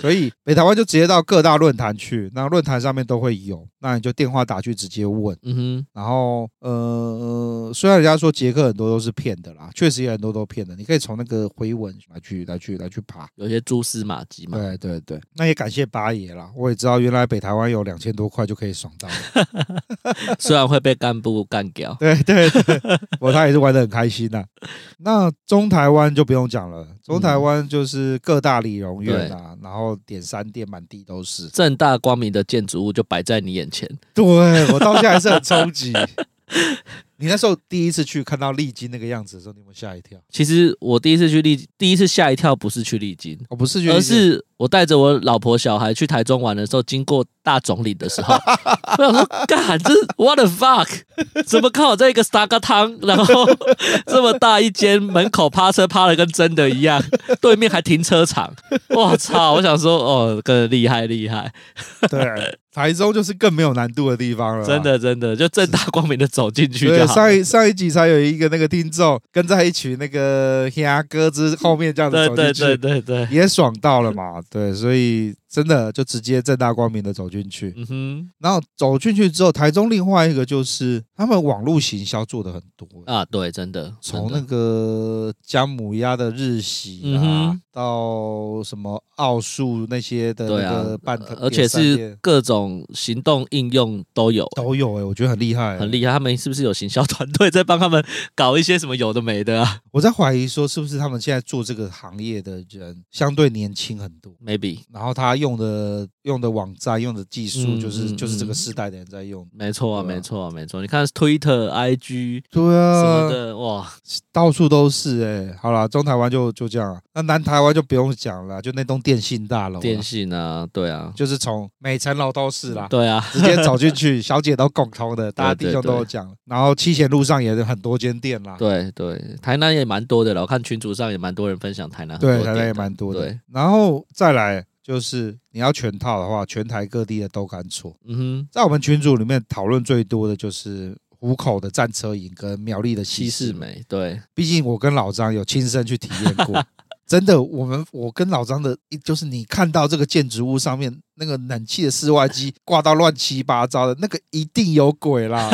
[SPEAKER 2] 所以北台湾就直接到各大论坛去，那论坛上面都会有，那你就电话打去直接问。
[SPEAKER 3] 嗯哼，
[SPEAKER 2] 然后呃，虽然人家说捷克很多都是骗的啦，确实也很多都骗的，你可以从那个回文来去来去来去爬。
[SPEAKER 3] 有些蛛丝马迹嘛。
[SPEAKER 2] 对对对，那也感谢八爷啦，我也知道原来北台湾有两千多块就可以爽到了。
[SPEAKER 3] 虽然会被干部干掉，
[SPEAKER 2] 对对对，我他也是玩的很开心呐、那中台湾就不用讲了，中台湾就是各大理容院
[SPEAKER 3] 嗯
[SPEAKER 2] 啊，然后点三店满地都是。
[SPEAKER 3] 正大光明的建筑物就摆在你眼前。
[SPEAKER 2] 对我到现在还是很冲击。 你那时候第一次去看到丽晶那个样子的时候，你有没有吓一跳？
[SPEAKER 3] 其实我第一次去丽，第一次吓一跳不是去丽晶，
[SPEAKER 2] 哦我不是去
[SPEAKER 3] 而
[SPEAKER 2] 丽晶，
[SPEAKER 3] 是我带着我老婆小孩去台中玩的时候，经过大总理的时候， 我想说，干，这是 what the fuck？怎么看我在一个沙咖汤，然后这么大一间门口趴车趴的跟真的一样， 对面还停车场，我操！我想说，哦，更厉害厉害，
[SPEAKER 2] 对，台中就是更没有难度的地方了啦，
[SPEAKER 3] 真的真的，就正大光明的走进去
[SPEAKER 2] 对
[SPEAKER 3] 就好了。
[SPEAKER 2] 上一上一集才有一个那个听众跟在一群那个黑鸭哥之后面这样子
[SPEAKER 3] 对
[SPEAKER 2] 走进
[SPEAKER 3] 对
[SPEAKER 2] 去，
[SPEAKER 3] 对对对，
[SPEAKER 2] 也爽到了嘛。对，所以真的就直接正大光明的走进去。
[SPEAKER 3] 嗯哼。
[SPEAKER 2] 然后走进去之后，台中另外一个就是他们网络行销做的很多、
[SPEAKER 3] 啊，对，真的，
[SPEAKER 2] 从那
[SPEAKER 3] 真的
[SPEAKER 2] 个姜母鸭的日系啊，
[SPEAKER 3] 嗯哼
[SPEAKER 2] 到什么奥数那些的
[SPEAKER 3] 对
[SPEAKER 2] 那
[SPEAKER 3] 啊
[SPEAKER 2] 个半、
[SPEAKER 3] 而且是各种行动应用都有、
[SPEAKER 2] 都有哎、我觉得很厉害、
[SPEAKER 3] 很厉害。他们是不是有行销团队在帮他们搞一些什么有的没的啊
[SPEAKER 2] 我在怀疑说，是不是他们现在做这个行业的人相对年轻很多，
[SPEAKER 3] ？Maybe，
[SPEAKER 2] 然后他用的用的网站、用的技术，
[SPEAKER 3] 嗯
[SPEAKER 2] 就是、
[SPEAKER 3] 嗯
[SPEAKER 2] 就是这个
[SPEAKER 3] 嗯
[SPEAKER 2] 世代的人在用。
[SPEAKER 3] 没错啊，呃
[SPEAKER 2] 对啊
[SPEAKER 3] 没错啊，没错。你看 Twitter、IG
[SPEAKER 2] 对
[SPEAKER 3] 什么
[SPEAKER 2] 啊，
[SPEAKER 3] 的，哇，
[SPEAKER 2] 到处都是哎、好啦，中台湾就就这样啊，那南台湾就不用讲了，就那栋电信大楼啦，
[SPEAKER 3] 电信啊，对啊，
[SPEAKER 2] 就是从每层楼都是啦。
[SPEAKER 3] 对啊，
[SPEAKER 2] 直接走进 去，小姐都共通的，大家弟
[SPEAKER 3] 对对
[SPEAKER 2] 兄都有讲。然后七贤路上也有很多间店啦，
[SPEAKER 3] 对对，台南也蛮多的了。我看群组上也蛮多人分享台南很多
[SPEAKER 2] 对，
[SPEAKER 3] 店的，啊
[SPEAKER 2] 台南也蛮多的
[SPEAKER 3] 对。
[SPEAKER 2] 然后再来就是你要全套的话，全台各地的都敢搓。
[SPEAKER 3] 嗯哼，
[SPEAKER 2] 在我们群组里面讨论最多的就是虎口的战车营跟苗栗的西
[SPEAKER 3] 西
[SPEAKER 2] 式
[SPEAKER 3] 式
[SPEAKER 2] 美，
[SPEAKER 3] 美，对，
[SPEAKER 2] 毕竟我跟老张有亲身去体验过。 真的，我们我跟老张的，就是你看到这个建筑物上面那个冷气的室外机挂到乱七八糟的，那个一定有鬼 啦！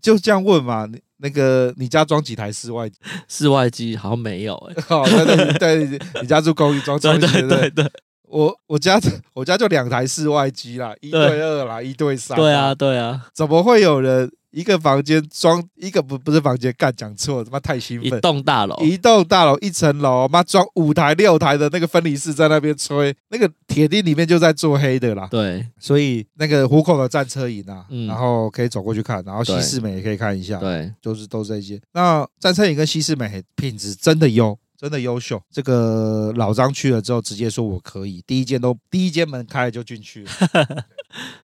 [SPEAKER 2] 就这样问嘛，你那个你家装几台室外机？
[SPEAKER 3] 室外机好像没有 哎、
[SPEAKER 2] 哦，对对对，你家住公寓装
[SPEAKER 3] 对
[SPEAKER 2] 装
[SPEAKER 3] 对对对
[SPEAKER 2] 我我家我家就两台室外机啦，一
[SPEAKER 3] 对
[SPEAKER 2] 对二啦，一对三。
[SPEAKER 3] 对啊，对啊，
[SPEAKER 2] 怎么会有人一个房间装一个不不是房间干讲错了，他妈太兴
[SPEAKER 3] 一
[SPEAKER 2] 奋。
[SPEAKER 3] 栋大楼，
[SPEAKER 2] 一栋大楼一层楼，妈装五台六台的那个分离式在那边吹，那个铁定里面就在做黑的啦。
[SPEAKER 3] 对
[SPEAKER 2] 所以那个虎口的战车营啊，
[SPEAKER 3] 嗯
[SPEAKER 2] 然后可以走过去看，然后西
[SPEAKER 3] 对
[SPEAKER 2] 市美也可以看一下，
[SPEAKER 3] 对，
[SPEAKER 2] 就是都这些。那战车营跟西市美品质真的优，真的优秀。这个老张去了之后，直接说我可以，第一间都第一间门开了就进去了。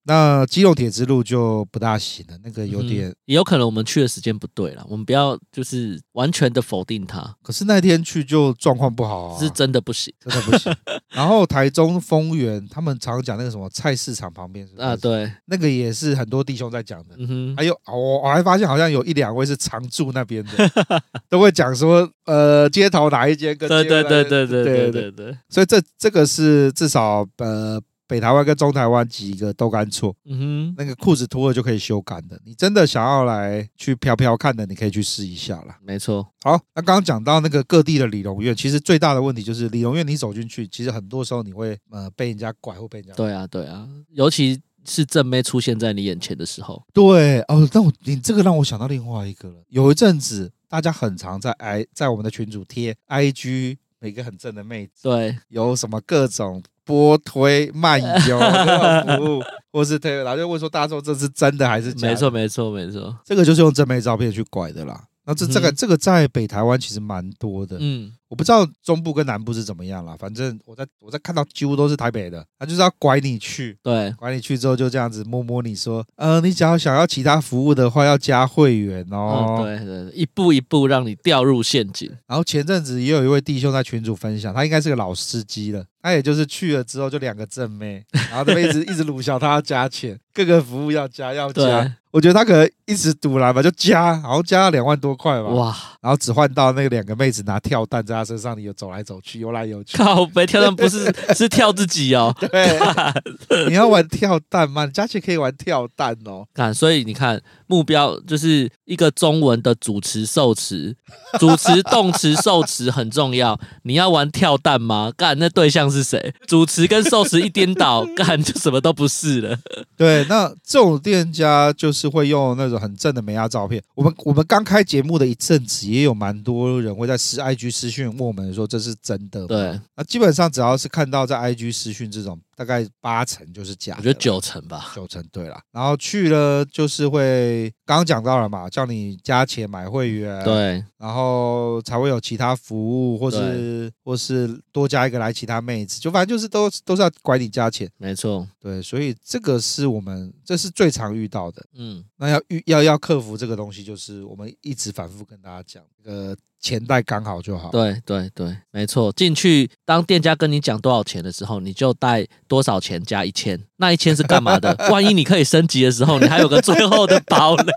[SPEAKER 2] 那基隆铁之路就不大行了，那个有点。
[SPEAKER 3] 嗯也有可能我们去的时间不对了，我们不要就是完全的否定它，
[SPEAKER 2] 可是那天去就状况不好啊，
[SPEAKER 3] 是真的不行
[SPEAKER 2] 真的 不行。然后台中丰原，他们常讲那个什么菜市场旁边是不是
[SPEAKER 3] 啊。，对，
[SPEAKER 2] 那个也是很多弟兄在讲的。
[SPEAKER 3] 嗯哼，
[SPEAKER 2] 还有，哦我我还发现好像有一两位是常住那边的， 都会讲说，呃，街头哪一间跟
[SPEAKER 3] 对
[SPEAKER 2] 街头
[SPEAKER 3] 对
[SPEAKER 2] 哪一
[SPEAKER 3] 对
[SPEAKER 2] 间
[SPEAKER 3] 对对
[SPEAKER 2] 对
[SPEAKER 3] 对
[SPEAKER 2] 对
[SPEAKER 3] 对对，
[SPEAKER 2] 所以这这个是至少呃北台湾跟中台湾几个都敢错，
[SPEAKER 3] 嗯哼，
[SPEAKER 2] 那个裤子脱了就可以修改的。你真的想要来去飘飘看的，你可以去试一下啦。
[SPEAKER 3] 没错，
[SPEAKER 2] 好，那刚刚讲到那个各地的理容院，其实最大的问题就是理容院你走进去，其实很多时候你会呃被人家拐或被人家
[SPEAKER 3] 对啊对啊，尤其是正妹出现在你眼前的时候，
[SPEAKER 2] 对哦，但我你这个让我想到另外一个了。有一阵子大家很常在 i 在我们的群组贴 IG 每个很正的妹子。
[SPEAKER 3] 对，
[SPEAKER 2] 有什么各种波推漫游 的服务，或是推，然后就问说大家说这是真的还是假的？
[SPEAKER 3] 没错，没错没错，
[SPEAKER 2] 这个就是用真妹照片去拐的啦。那这这个、
[SPEAKER 3] 嗯
[SPEAKER 2] 这个在北台湾其实蛮多的，
[SPEAKER 3] 嗯，
[SPEAKER 2] 我不知道中部跟南部是怎么样啦。反正我在我在看到几乎都是台北的，他就是要拐你去，
[SPEAKER 3] 对，
[SPEAKER 2] 拐你去之后就这样子摸摸你说，呃，你只要想要其他服务的话要加会员哦。
[SPEAKER 3] 嗯对对，一步一步让你掉入陷阱，
[SPEAKER 2] 然后前阵子也有一位弟兄在群主分享，他应该是个老司机了，他也就是去了之后就两个正妹，然后他们一直一直鲁小他要加钱，各个服务要加要加
[SPEAKER 3] 对。
[SPEAKER 2] 我觉得他可能一直堵来吧，就加，好像加了两万多块吧，
[SPEAKER 3] 哇，
[SPEAKER 2] 然后只换到那个两个妹子拿跳蛋在他身上，你有走来走去，游来游去。
[SPEAKER 3] 靠北跳上 不是是跳自己哦，
[SPEAKER 2] 对， 你要玩跳蛋吗？你加钱可以玩跳蛋哦。
[SPEAKER 3] 看，所以你看，目标就是一个中文的主词、受词、 主词、动词、受词很重要。你要玩跳蛋吗？干，那对象是谁？主词跟受词一颠倒， 干就什么都不是了。
[SPEAKER 2] 对，那这种店家就是会用那种很正的美亚照片。我们我们刚开节目的一阵子，也有蛮多人会在私 IG 私讯问我们说这是真的吗？
[SPEAKER 3] 对，
[SPEAKER 2] 那基本上只要是看到在 IG 私讯这种，大概八成就是假的
[SPEAKER 3] 我
[SPEAKER 2] 啦。
[SPEAKER 3] 觉得九成吧。
[SPEAKER 2] 九成对啦。然后去了就是会刚刚讲到了嘛，叫你加钱买会员，，
[SPEAKER 3] 对，
[SPEAKER 2] 然后才会有其他服务，或是或是多加一个来其他妹子，就反正就是都都是要管你加钱。
[SPEAKER 3] 没错。
[SPEAKER 2] 对，所以这个是我们这是最常遇到的。
[SPEAKER 3] 嗯，
[SPEAKER 2] 那要遇要要克服这个东西，就是我们一直反复跟大家讲，呃，钱袋刚好就好。
[SPEAKER 3] 对对对，没错。进去当店家跟你讲多少钱的时候，你就带多少钱加一千，那一千是干嘛的？ 万一你可以升级的时候，你还有个最后的堡垒。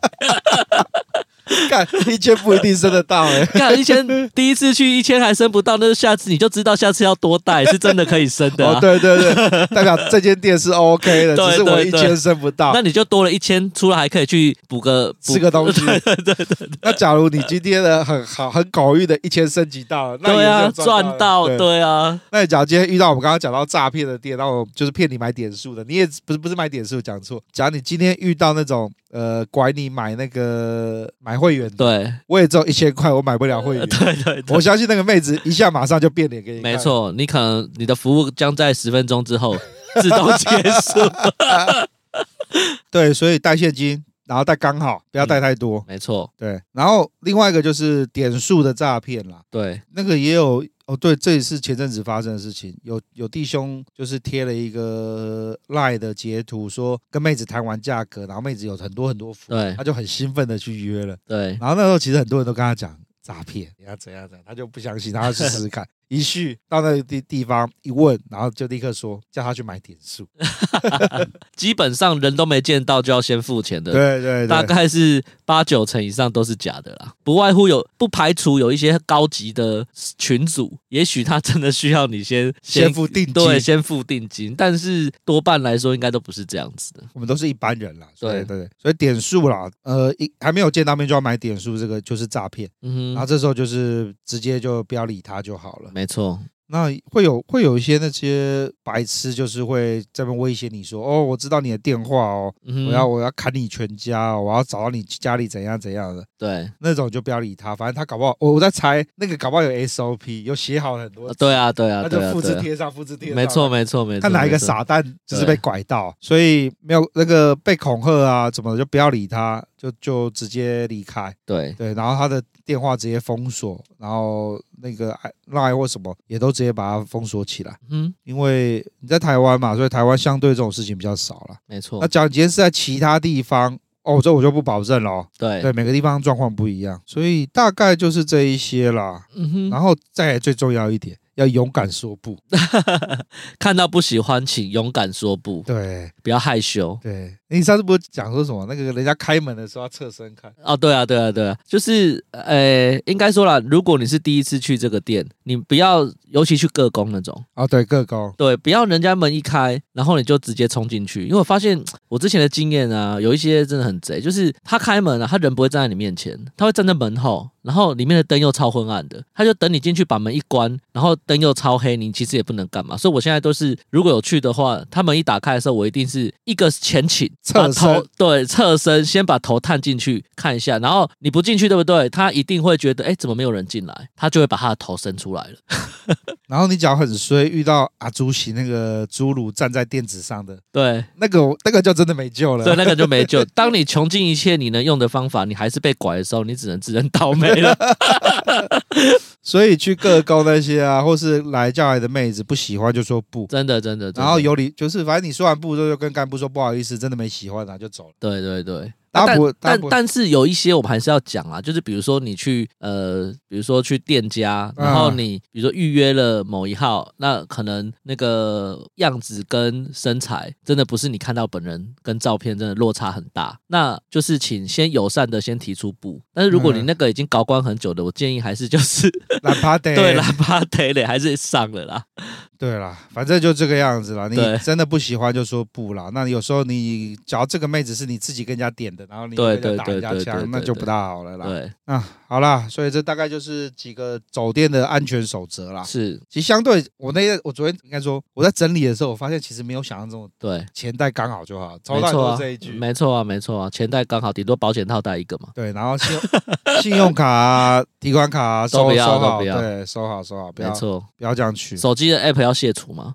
[SPEAKER 2] 干一千不一定升得到 哎、
[SPEAKER 3] 干一千，第一次去一千还升不到，那下次你就知道下次要多带，是真的可以升的、啊。
[SPEAKER 2] 哦，对对对，代表这间店是 OK 的，
[SPEAKER 3] 对
[SPEAKER 2] 只是我
[SPEAKER 3] 对
[SPEAKER 2] 一
[SPEAKER 3] 对
[SPEAKER 2] 千升不到
[SPEAKER 3] 那。你就多了一千，出来还可以去补个补
[SPEAKER 2] 吃个东西，对对对。那假如你今天的很好很狗运的一千升级到了，那
[SPEAKER 3] 对
[SPEAKER 2] 也
[SPEAKER 3] 啊，
[SPEAKER 2] 是赚
[SPEAKER 3] 赚到
[SPEAKER 2] 的。
[SPEAKER 3] 对啊，
[SPEAKER 2] 那你假如今天遇到我们刚刚讲到诈骗的店，然后就是骗你买点数的，你也不是不是买点数，讲错。假如你今天遇到那种呃拐你买那个买会员的，
[SPEAKER 3] 对呃
[SPEAKER 2] 我也只有一千块，我买不了会员。
[SPEAKER 3] 对对 对，
[SPEAKER 2] 我相信那个妹子一下马上就变脸给你。
[SPEAKER 3] 没，错，你可能你的服务将在十分钟之后 自动结 束。
[SPEAKER 2] 对，所以带现金，然后带刚好，不要
[SPEAKER 3] 嗯
[SPEAKER 2] 带太多。
[SPEAKER 3] 没错，
[SPEAKER 2] 对，然后另外一个就是点数的诈骗啦，
[SPEAKER 3] 对，
[SPEAKER 2] 那个也有哦，对，这也是前阵子发生的事情，有有弟兄就是贴了一个 lie 的截图，说跟妹子谈完价格，然后妹子有很多很多服务，
[SPEAKER 3] 对
[SPEAKER 2] 他就很兴奋的去约了，
[SPEAKER 3] 对，
[SPEAKER 2] 然后那时候其实很多人都跟他 讲诈骗，你要怎样怎样，他就不相信，他要去试试看。 一去到那个地地方一问，然后就立刻说叫他去买点数，
[SPEAKER 3] 基本上人都没见到就要先付钱的。
[SPEAKER 2] 对对
[SPEAKER 3] 大
[SPEAKER 2] 对，
[SPEAKER 3] 概是八九成以上都是假的啦，不外乎有不排除有一些高级的群组，也许他真的需要你先
[SPEAKER 2] 先付定金
[SPEAKER 3] 对，先付定金，但是多半来说应该都不是这样子的，
[SPEAKER 2] 我们都是一般人啦，所以
[SPEAKER 3] 对
[SPEAKER 2] 对对，所以点数啦，呃，一还没有见到面就要买点数，这个就是诈骗，
[SPEAKER 3] 嗯
[SPEAKER 2] 然后
[SPEAKER 3] 哼，
[SPEAKER 2] 啊这时候就是直接就不要理他就好了。
[SPEAKER 3] 没错，
[SPEAKER 2] 那会有会有一些那些白痴，就是会在那边威胁你说：“哦，我知道你的电话哦，
[SPEAKER 3] 嗯哼，
[SPEAKER 2] 我要我要砍你全家、哦，我要找到你家里怎样怎样的
[SPEAKER 3] 对，
[SPEAKER 2] 那种，就不要理他。反正他搞不好，我我在猜那个搞不好有 SOP，有写好很
[SPEAKER 3] 呃
[SPEAKER 2] 多，
[SPEAKER 3] 对啊，对啊，
[SPEAKER 2] 他就
[SPEAKER 3] 对啊，
[SPEAKER 2] 复制
[SPEAKER 3] 对啊
[SPEAKER 2] 贴上，复制贴上，
[SPEAKER 3] 没错，没错，没错，
[SPEAKER 2] 看哪一个
[SPEAKER 3] 没错，
[SPEAKER 2] 傻蛋就是被拐到，所以没有那个被恐吓啊，怎么的就不要理他。就就直接离开。
[SPEAKER 3] 对，
[SPEAKER 2] 对，然后他的电话直接封锁，然后那个 Line 或什么也都直接把它封锁起来。
[SPEAKER 3] 嗯，
[SPEAKER 2] 因为你在台湾嘛，所以台湾相对这种事情比较少了。
[SPEAKER 3] 没
[SPEAKER 2] 那
[SPEAKER 3] 错，
[SPEAKER 2] 讲今天是在其他地方哦，这我就不保证了哦。
[SPEAKER 3] 对
[SPEAKER 2] 对，，每个地方状况不一样，所以大概就是这一些啦。
[SPEAKER 3] 嗯
[SPEAKER 2] 然
[SPEAKER 3] 哼，
[SPEAKER 2] 后再来最重要一点，要勇敢说不。
[SPEAKER 3] 看到不喜欢，请勇敢说不，
[SPEAKER 2] 对
[SPEAKER 3] 不要害羞。
[SPEAKER 2] 对，你上次不是讲说什么？那个人家开门的时候要侧身看，
[SPEAKER 3] 哦，对啊，对啊，对啊，就是，呃，应该说啦，如果你是第一次去这个店，你不要，尤其去各宫那种，
[SPEAKER 2] 哦，对，个高，
[SPEAKER 3] 对，不要人家门一开，然后你就直接冲进去，因为我发现我之前的经验啊，有一些真的很贼，就是他开门啊，他人不会站在你面前，他会站在门后，然后里面的灯又超昏暗的，他就等你进去把门一关，然后灯又超黑，你其实也不能干嘛。所以我现在都是，如果有去的话，他门一打开的时候，我一定是一个前倾，把
[SPEAKER 2] 侧
[SPEAKER 3] 头
[SPEAKER 2] 身
[SPEAKER 3] 对侧身，先把头探进去看一下，然后你不进去对不对？他一定会觉得，哎，怎么没有人进来？他就会把他的头伸出来了。
[SPEAKER 2] 然后你脚很衰，遇到阿朱喜那个侏儒站在垫子上的
[SPEAKER 3] 对。
[SPEAKER 2] 那个我，那个就真的没救了。
[SPEAKER 3] 对，那个就没救。 当你穷尽一切你能用的方法，你还是被拐的时候，你只能自认倒霉 了。
[SPEAKER 2] 所以去各高那些啊， 或是来叫来的妹子不喜欢就说不，
[SPEAKER 3] 真的，真的。真的
[SPEAKER 2] 然后有理就是反正你说完不之后就跟干部说不好意思，真的没喜欢啊就走了。
[SPEAKER 3] 对对对。
[SPEAKER 2] 大家
[SPEAKER 3] 啊但
[SPEAKER 2] 不会大家
[SPEAKER 3] 但
[SPEAKER 2] 不会
[SPEAKER 3] 但是有一些我们还是要讲啊，就是比如说你去呃，比如说去店家，
[SPEAKER 2] 嗯
[SPEAKER 3] 然后你比如说预约了某一号，那可能那个样子跟身材真的不是你看到本人跟照片真的落差很大，那就是请先友善的先提出不。但是如果你
[SPEAKER 2] 嗯
[SPEAKER 3] 那个已经搞关很久的，我建议还是就是
[SPEAKER 2] 懒趴得
[SPEAKER 3] 对啦，把腿嘞还是上了啦。
[SPEAKER 2] 对啦，反正就这个样子啦。你
[SPEAKER 3] 对
[SPEAKER 2] 真的不喜欢就说不啦。那有时候你假如这个妹子是你自己跟人家点的，然后你
[SPEAKER 3] 对
[SPEAKER 2] 跟人家打
[SPEAKER 3] 对
[SPEAKER 2] 人
[SPEAKER 3] 对
[SPEAKER 2] 家
[SPEAKER 3] 对对
[SPEAKER 2] 枪，
[SPEAKER 3] 对
[SPEAKER 2] 那就
[SPEAKER 3] 对
[SPEAKER 2] 不大好了啦。
[SPEAKER 3] 对，
[SPEAKER 2] 那好啦，所以这大概就是几个走店的安全守则啦。
[SPEAKER 3] 是，
[SPEAKER 2] 其实相对我那天，我昨天应该说我在整理的时候，我发现其实没有想象中的
[SPEAKER 3] 对，
[SPEAKER 2] 钱袋刚好就好，超
[SPEAKER 3] 没
[SPEAKER 2] 大
[SPEAKER 3] 错
[SPEAKER 2] 多
[SPEAKER 3] 啊
[SPEAKER 2] 这一，句。
[SPEAKER 3] 没错啊，没错啊，钱袋刚好，顶多保险套带一个嘛。
[SPEAKER 2] 对，然后信用 信用卡啊、提款卡啊
[SPEAKER 3] 都
[SPEAKER 2] 收
[SPEAKER 3] 不要
[SPEAKER 2] 收
[SPEAKER 3] 都
[SPEAKER 2] 好，
[SPEAKER 3] 不要
[SPEAKER 2] 对，收好收好，不
[SPEAKER 3] 没
[SPEAKER 2] 要
[SPEAKER 3] 错，
[SPEAKER 2] 不要这样取。
[SPEAKER 3] 手机的 app 要卸除嘛？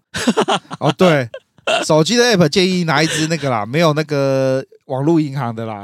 [SPEAKER 2] 哦，对， 手机的 app 建议拿一支那个啦，没有那个网络银行 的啦，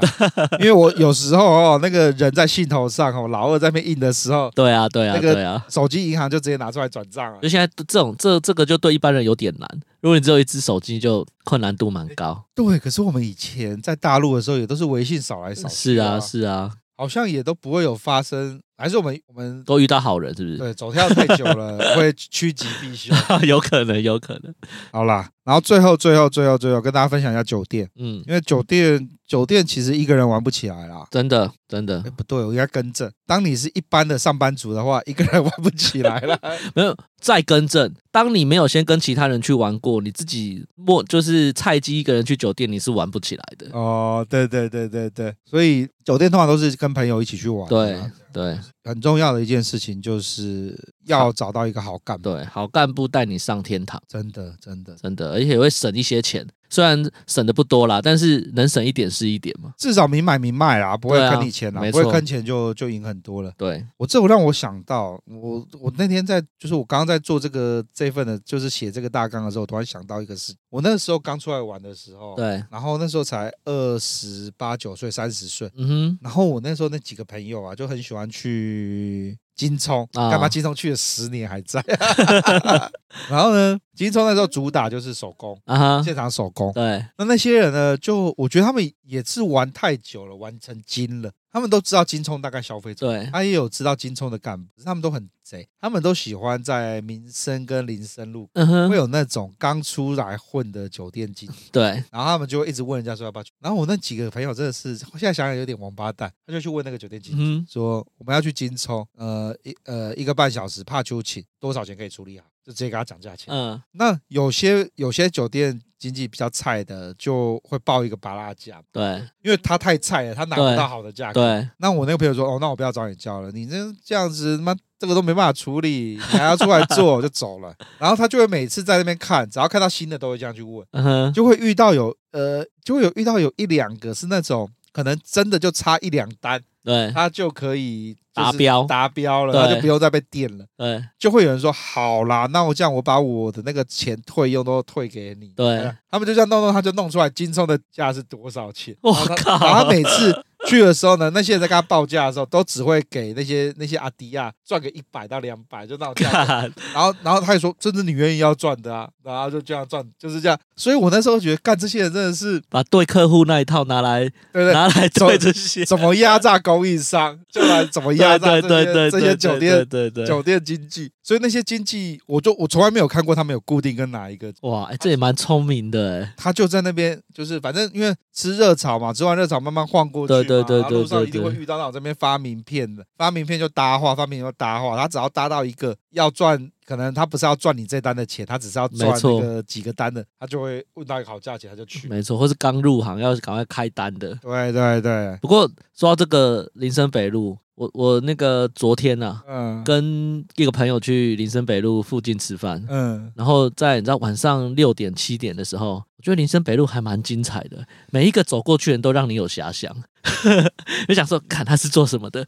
[SPEAKER 2] 因为我有时候哦，那个人在兴头上哦，老二在那边印的时候，
[SPEAKER 3] 对啊，对啊，
[SPEAKER 2] 那个
[SPEAKER 3] 对啊。嗯
[SPEAKER 2] 手机银行就直接拿出来转账了啊
[SPEAKER 3] 就。现在这种这这个就对一般人有点难，如果你只有一只手机，就困难度蛮高。
[SPEAKER 2] 对，可是我们以前在大陆的时候，也都是微信扫来扫去、
[SPEAKER 3] 是啊，是啊，
[SPEAKER 2] 好像也都不会有发生，还是我们我们
[SPEAKER 3] 都遇到好人是不
[SPEAKER 2] 对走跳太久 了，会趋吉避凶。
[SPEAKER 3] 是？ 有可能，有可能。
[SPEAKER 2] 好啦，然后最后最后最后最后跟大家分享一下酒店，
[SPEAKER 3] 嗯，
[SPEAKER 2] 因为酒店酒店其实一个人玩不起来啦。
[SPEAKER 3] 真的，真的
[SPEAKER 2] 哎、不对，我应该更正。当你是一般的上班族的话，一个人 玩不起来了。
[SPEAKER 3] 没有再更正。当你没有先跟其他人去玩过，你自己默就是菜鸡一个人去酒店，你是玩不起来的。
[SPEAKER 2] 哦，对对对对对，所以酒店通常都是跟朋友一起去玩。
[SPEAKER 3] 对，对
[SPEAKER 2] 很重要的一件事情就是要找到一个好干部。
[SPEAKER 3] 对，好干部带你上天堂。
[SPEAKER 2] 真的真的，
[SPEAKER 3] 真的，而且会省一些钱。虽然省的不多啦，但是能省一点是一点嘛。
[SPEAKER 2] 至少明买明卖啦，不会
[SPEAKER 3] 对啊
[SPEAKER 2] 坑你钱啦，
[SPEAKER 3] 没
[SPEAKER 2] 不会
[SPEAKER 3] 错
[SPEAKER 2] 坑钱就就赢很多了。
[SPEAKER 3] 对，
[SPEAKER 2] 我这我让我想到，我我那天在就是我刚刚在做这个这份的，就是写这个大纲的时候，我突然想到一个事，我那时候刚出来玩的时候，，
[SPEAKER 3] 对，
[SPEAKER 2] 然后那时候才二十八九岁、三十岁。
[SPEAKER 3] 嗯
[SPEAKER 2] 然后我那时候那几个朋友啊，就很喜欢去金冲，
[SPEAKER 3] 啊
[SPEAKER 2] 干嘛金冲去了十年还 在。然后呢，金冲那时候主打就是手工，
[SPEAKER 3] 哼，啊哈，
[SPEAKER 2] 现场手工。
[SPEAKER 3] 对，
[SPEAKER 2] 那那些人呢，就我觉得他们也是玩太久了，玩成精了。他们都知道金冲大概消费者，
[SPEAKER 3] 对，
[SPEAKER 2] 他也有知道金冲的干部，他们都很贼，他们都喜欢在民生跟林森路。
[SPEAKER 3] 嗯
[SPEAKER 2] 会
[SPEAKER 3] 哼，
[SPEAKER 2] 有那种刚出来混的酒店经理
[SPEAKER 3] 对，
[SPEAKER 2] 然后他们就会一直问人家说要不要去。然后我那几个朋友真的是，现在想想有点王八蛋，他就去问那个酒店经理、
[SPEAKER 3] 嗯
[SPEAKER 2] 说我们要去金冲，呃一呃一个半小时，怕秋请，多少钱可以处理好，就直接给他讲价
[SPEAKER 3] 哼，
[SPEAKER 2] 钱。
[SPEAKER 3] 嗯，
[SPEAKER 2] 那有些有些酒店经济比较菜的，就会报一个拔拉价，
[SPEAKER 3] 对，
[SPEAKER 2] 因为他太菜了，他拿不
[SPEAKER 3] 对
[SPEAKER 2] 到好的价格。
[SPEAKER 3] 对，
[SPEAKER 2] 那我那个朋友说，哦，那我不要找你叫了，你这这样子，妈这个都没办法处理，你还要出来做，我就走了。然后他就会每次在那边看，只要看到新的都会这样去问。
[SPEAKER 3] 嗯哼，
[SPEAKER 2] 就会遇到有呃，就会有遇到有一两个是那种可能真的就差一两单，
[SPEAKER 3] 对，
[SPEAKER 2] 他就可以
[SPEAKER 3] 达标
[SPEAKER 2] 达标了，
[SPEAKER 3] 对
[SPEAKER 2] 那就不用再被电了。
[SPEAKER 3] 对
[SPEAKER 2] 就会有人说：“好啦，那我这样，我把我的那个钱退用都退给你。”哎
[SPEAKER 3] 对，
[SPEAKER 2] 他们就这样弄弄，他就弄出来金冲的价是多少钱。
[SPEAKER 3] 我
[SPEAKER 2] 然后他
[SPEAKER 3] 靠
[SPEAKER 2] 然后他每次去的时候呢，那些人在跟他报价的时候，都只会给那些那些阿迪亚赚个一百到两百，就那 种价 格。
[SPEAKER 3] 干
[SPEAKER 2] 然后，然后他也说：“这是你愿意要赚的啊。”然后就这样赚，就是这样。所以我那时候觉得，干这些人真的是，
[SPEAKER 3] 把对客户那一套拿来
[SPEAKER 2] 对不对？
[SPEAKER 3] 拿来对这 些，
[SPEAKER 2] 怎么压榨供应商，就来怎么压
[SPEAKER 3] 对
[SPEAKER 2] 榨这
[SPEAKER 3] 对对
[SPEAKER 2] 些
[SPEAKER 3] 对，
[SPEAKER 2] 这些酒店
[SPEAKER 3] 对对对，
[SPEAKER 2] 酒店经济。所以那些经济，我就我从来没有看过他们有固定跟哪一个
[SPEAKER 3] 哇，哎这也蛮聪明的哎，
[SPEAKER 2] 他就在那边，就是反正因为吃热炒嘛，吃完热炒慢慢晃过去嘛，
[SPEAKER 3] 对对对
[SPEAKER 2] 然后路上
[SPEAKER 3] 对对
[SPEAKER 2] 一定会遇到那种这边发名片的，发名片就搭话，发名片就搭话，他只要搭到一个要赚，可能他不是要赚你这单的钱，他只是要赚
[SPEAKER 3] 没
[SPEAKER 2] 那
[SPEAKER 3] 错
[SPEAKER 2] 个几个单的，他就会问到一个好价钱，他就去。
[SPEAKER 3] 没错，或是刚入行要赶快开单的。
[SPEAKER 2] 对对对，
[SPEAKER 3] 不过说到这个林森北路，我我那个昨天啊，
[SPEAKER 2] 嗯
[SPEAKER 3] 跟一个朋友去林森北路附近吃饭，
[SPEAKER 2] 嗯，
[SPEAKER 3] 然后在你知道晚上六点七点的时候，我觉得林森北路还蛮精彩的，每一个走过去的人都让你有遐想， 就想说，看他是做什么的，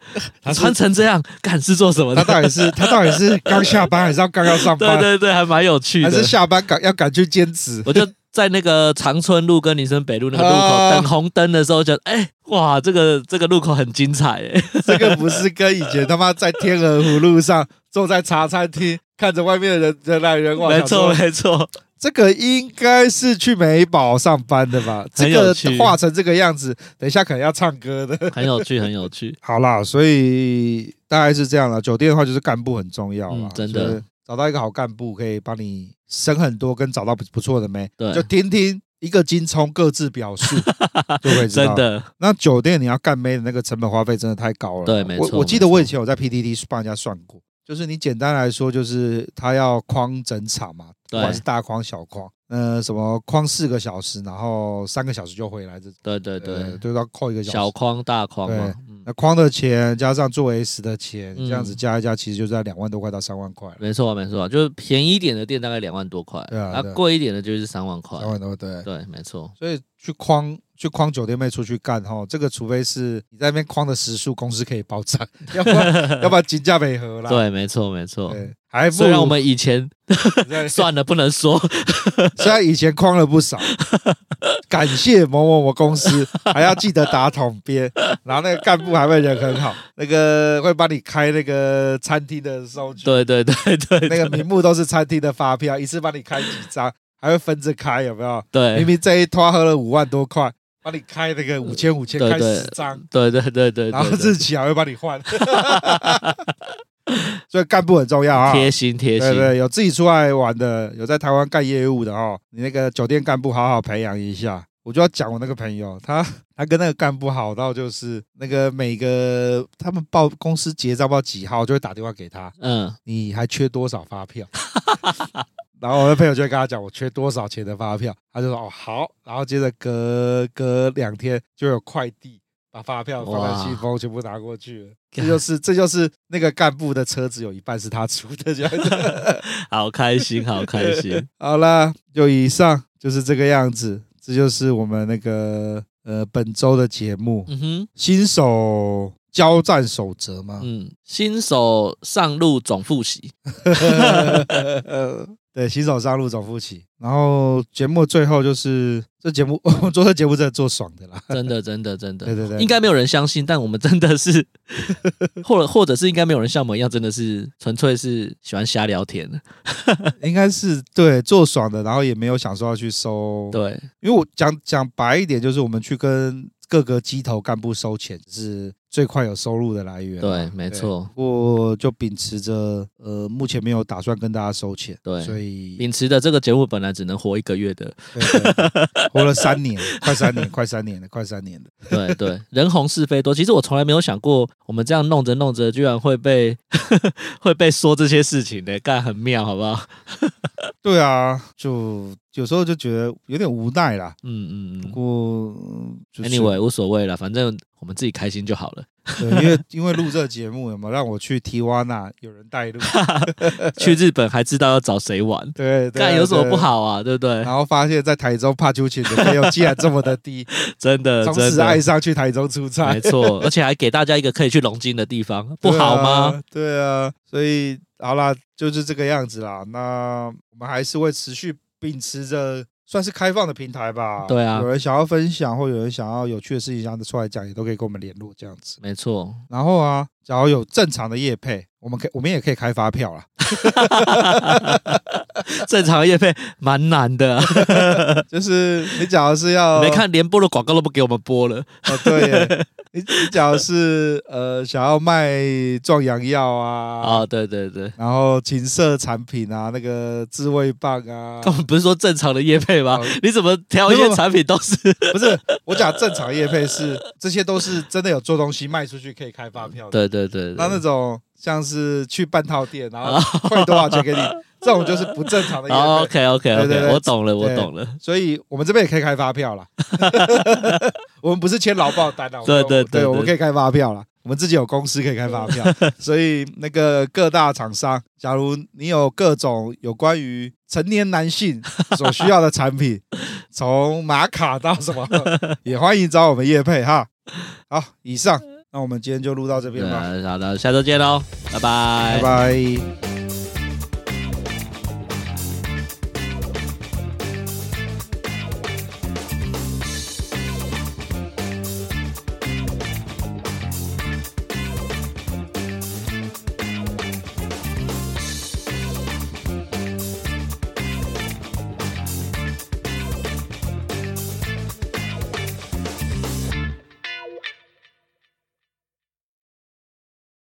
[SPEAKER 2] 是
[SPEAKER 3] 穿成这样，看是做什么
[SPEAKER 2] 他
[SPEAKER 3] 的，
[SPEAKER 2] 到底是他到底是刚下班还是要刚要上
[SPEAKER 3] 对
[SPEAKER 2] 班，
[SPEAKER 3] 对对，还蛮有趣
[SPEAKER 2] 还是
[SPEAKER 3] 的。
[SPEAKER 2] 下班赶要赶去兼职？
[SPEAKER 3] 我就在那个长春路跟林森北路那个路口
[SPEAKER 2] 啊
[SPEAKER 3] 等红灯的时候，觉得哎、哇，这个这个路口很精彩哎、
[SPEAKER 2] 这个不是跟以前他妈在天鹅湖路上坐在茶餐厅看着外面的人人来人往，
[SPEAKER 3] 没
[SPEAKER 2] 想说
[SPEAKER 3] 错没错，
[SPEAKER 2] 这个应该是去美宝上班的吧？
[SPEAKER 3] 很
[SPEAKER 2] 这
[SPEAKER 3] 有
[SPEAKER 2] 个
[SPEAKER 3] 趣
[SPEAKER 2] 画成这个样子，等一下可能要唱歌的。
[SPEAKER 3] 很有趣很有趣。
[SPEAKER 2] 好啦，所以大概是这样了。酒店的话，就是干部很重要啦
[SPEAKER 3] 嗯，真的
[SPEAKER 2] 就是找到一个好干部，可以帮你省很多，跟找到不不错的妹，
[SPEAKER 3] 对
[SPEAKER 2] 就听听一个金冲各自表 述，就会知道。
[SPEAKER 3] 真，的，
[SPEAKER 2] 那酒店你要干妹的那个成本花费真的太高了。
[SPEAKER 3] 对没错
[SPEAKER 2] 我我记
[SPEAKER 3] 没
[SPEAKER 2] 得
[SPEAKER 3] 错
[SPEAKER 2] 我以前有在 PTT 帮人家算过，就是你简单来说，就是他要框整场嘛，不
[SPEAKER 3] 对
[SPEAKER 2] 管是大框小框，呃，什么框四个小时，然后三个小时就回来这种，
[SPEAKER 3] 对对
[SPEAKER 2] 呃
[SPEAKER 3] 对，
[SPEAKER 2] 就是要扣一个小
[SPEAKER 3] 小
[SPEAKER 2] 时。
[SPEAKER 3] 框大框嘛，嗯，
[SPEAKER 2] 那框的钱加上做 S 的钱，
[SPEAKER 3] 嗯
[SPEAKER 2] 这样子加一加，其实就在两万多块到三万块了，
[SPEAKER 3] 没错没错，就是便宜一点的店大概两万多块，
[SPEAKER 2] 对啊对啊
[SPEAKER 3] 贵一点的就是三万块
[SPEAKER 2] 三，万多对。
[SPEAKER 3] 对，没错，
[SPEAKER 2] 所以去框去框酒店妹出去干哈，这个除非是你在那边框的时数，公司可以包账， 要不然要不然金价没合啦。
[SPEAKER 3] 对，没错没错。
[SPEAKER 2] 对，还不
[SPEAKER 3] 哦虽然
[SPEAKER 2] 如
[SPEAKER 3] 我 们以前算了不能说，
[SPEAKER 2] 虽然以前框了不少， 感谢某某某公 司，还要记得打桶边，然后那个干部还会人很好，那个会帮你开那个餐厅的收据，
[SPEAKER 3] 对对对对
[SPEAKER 2] 那
[SPEAKER 3] 对
[SPEAKER 2] 个名目都是餐厅的发票，一次帮你开几张，还会分着开，有没有？明
[SPEAKER 3] 对
[SPEAKER 2] 明这一拖喝了五万多块，帮你开那个五千五千
[SPEAKER 3] 对
[SPEAKER 2] 开
[SPEAKER 3] 对
[SPEAKER 2] 十张，
[SPEAKER 3] 对对对对，
[SPEAKER 2] 然后
[SPEAKER 3] 对
[SPEAKER 2] 日期还会帮你换， 所以干部很重要啊。
[SPEAKER 3] 贴心贴
[SPEAKER 2] 对
[SPEAKER 3] 心，
[SPEAKER 2] 对，有自己出来玩的，有在台湾干业务的哦，你那个酒店干部好好培养一下。我就要讲我那个朋友，他他跟那个干部好到就是那个每个他们报公司结账报几号，就会打电话给他，
[SPEAKER 3] 嗯，
[SPEAKER 2] 你还缺多少发票？ 然后我的朋友就会跟他讲我缺多少钱的发票，他就说哦好，然后接着隔隔两天就有快递把发票放在
[SPEAKER 3] 哇
[SPEAKER 2] 信封全部拿过去了。这就是这就是那个干部的车子有一半是他出的，这样子。
[SPEAKER 3] 好开心好开 心，
[SPEAKER 2] 好啦，就以上就是这个样子，这就是我们那个呃本周的节目、
[SPEAKER 3] 嗯哼，
[SPEAKER 2] 新手交战守则嘛。
[SPEAKER 3] 嗯，新手上路总复习，
[SPEAKER 2] 对，新手上路总复习。然后节目最后就是这节目， 我做这节目真的做爽的啦。
[SPEAKER 3] 真的真的真 的，
[SPEAKER 2] 对对对，
[SPEAKER 3] 应该没有人相信，但我们真 的是，或者或者是应该没有人像我们一样，真的是纯粹是喜欢瞎聊天。
[SPEAKER 2] 应该是对做爽的，然后也没有想说要去收。，
[SPEAKER 3] 对，
[SPEAKER 2] 因为我讲讲白一点，就是我们去跟各个机头干部收钱是最快有收入的来源。
[SPEAKER 3] 对没错。
[SPEAKER 2] 不过就秉持着呃，目前没有打算跟大家收钱，
[SPEAKER 3] 对
[SPEAKER 2] 所以
[SPEAKER 3] 秉持的这个节目本来只能活一个月的，
[SPEAKER 2] 对对对活了三年，快三年，快三年了，快三年了。
[SPEAKER 3] 对对，人红是非多。其实我从来没有想过，我们这样弄着弄着，居然会被 会被说这些事情的，干很妙，好不好？
[SPEAKER 2] 对啊，就有时候就觉得有点无奈啦。
[SPEAKER 3] 嗯嗯
[SPEAKER 2] 不
[SPEAKER 3] 嗯。
[SPEAKER 2] 过嗯就是
[SPEAKER 3] Anyway，无所谓了，反正我们自己开心就 好了。
[SPEAKER 2] 对因为因为录这节目有没有让我去提瓦纳，有人带路，
[SPEAKER 3] 去日本还知道要找谁玩，
[SPEAKER 2] 对，对
[SPEAKER 3] 干有什么不？
[SPEAKER 2] 对
[SPEAKER 3] 好啊？对不对？
[SPEAKER 2] 然后发现，在台中帕丘琴的费用竟然这么的低，
[SPEAKER 3] 真的，
[SPEAKER 2] 从
[SPEAKER 3] 呃真
[SPEAKER 2] 此爱
[SPEAKER 3] 的，
[SPEAKER 2] 上去台中出差
[SPEAKER 3] 没，错，而且还给大家一个可以去龙津的地方，不好吗？
[SPEAKER 2] 对啊？对啊，所以好啦，就是这个样子啦。那我们还是会持续秉持着算是开放的平台吧。
[SPEAKER 3] 对啊
[SPEAKER 2] 有人想要分享，或有人想要有趣的事情想要出来讲，也都可以跟我们联络这样子。
[SPEAKER 3] 没 错，
[SPEAKER 2] 然后啊，只要有正常的业配，我们可以我们也可以开发票 啦。
[SPEAKER 3] 正常的业费蛮难的啊、
[SPEAKER 2] 就是你讲的是要
[SPEAKER 3] 没看连播的广告都不给我们播了，
[SPEAKER 2] 哦，对耶，你你讲的是呃想要卖壮阳药啊。
[SPEAKER 3] 啊，对对对，
[SPEAKER 2] 然后情色产品啊，那个自慰棒 啊，
[SPEAKER 3] 根本不是说正常的业配吗
[SPEAKER 2] 哦？
[SPEAKER 3] 你怎么挑一些产品都是？
[SPEAKER 2] 不是，我讲正常业配是这些都是真的有做东西卖出去可以开发票的。
[SPEAKER 3] 对对对，对
[SPEAKER 2] 那那种像是去半套店，然后 汇多少钱给你，这种就是不正常的业配。
[SPEAKER 3] 哦，OK OK
[SPEAKER 2] 对对对
[SPEAKER 3] OK，我懂了，我
[SPEAKER 2] 对
[SPEAKER 3] 懂了，
[SPEAKER 2] 所以我们这边也可以开发票啦。 我们不是签劳报单啊啦，我们
[SPEAKER 3] 对对对
[SPEAKER 2] 对，我们
[SPEAKER 3] 对
[SPEAKER 2] 可以开发票啦。我们自己有公司可以开发 票，所以那个各大厂商，假如你有各种有关于成年男性所需要的产 品，从玛卡到什么，也欢迎找我们叶配哈。好，以上，那我们今天就录到这边
[SPEAKER 3] 对
[SPEAKER 2] 吧，
[SPEAKER 3] 啊，好的，下周见喽，拜拜
[SPEAKER 2] 拜拜。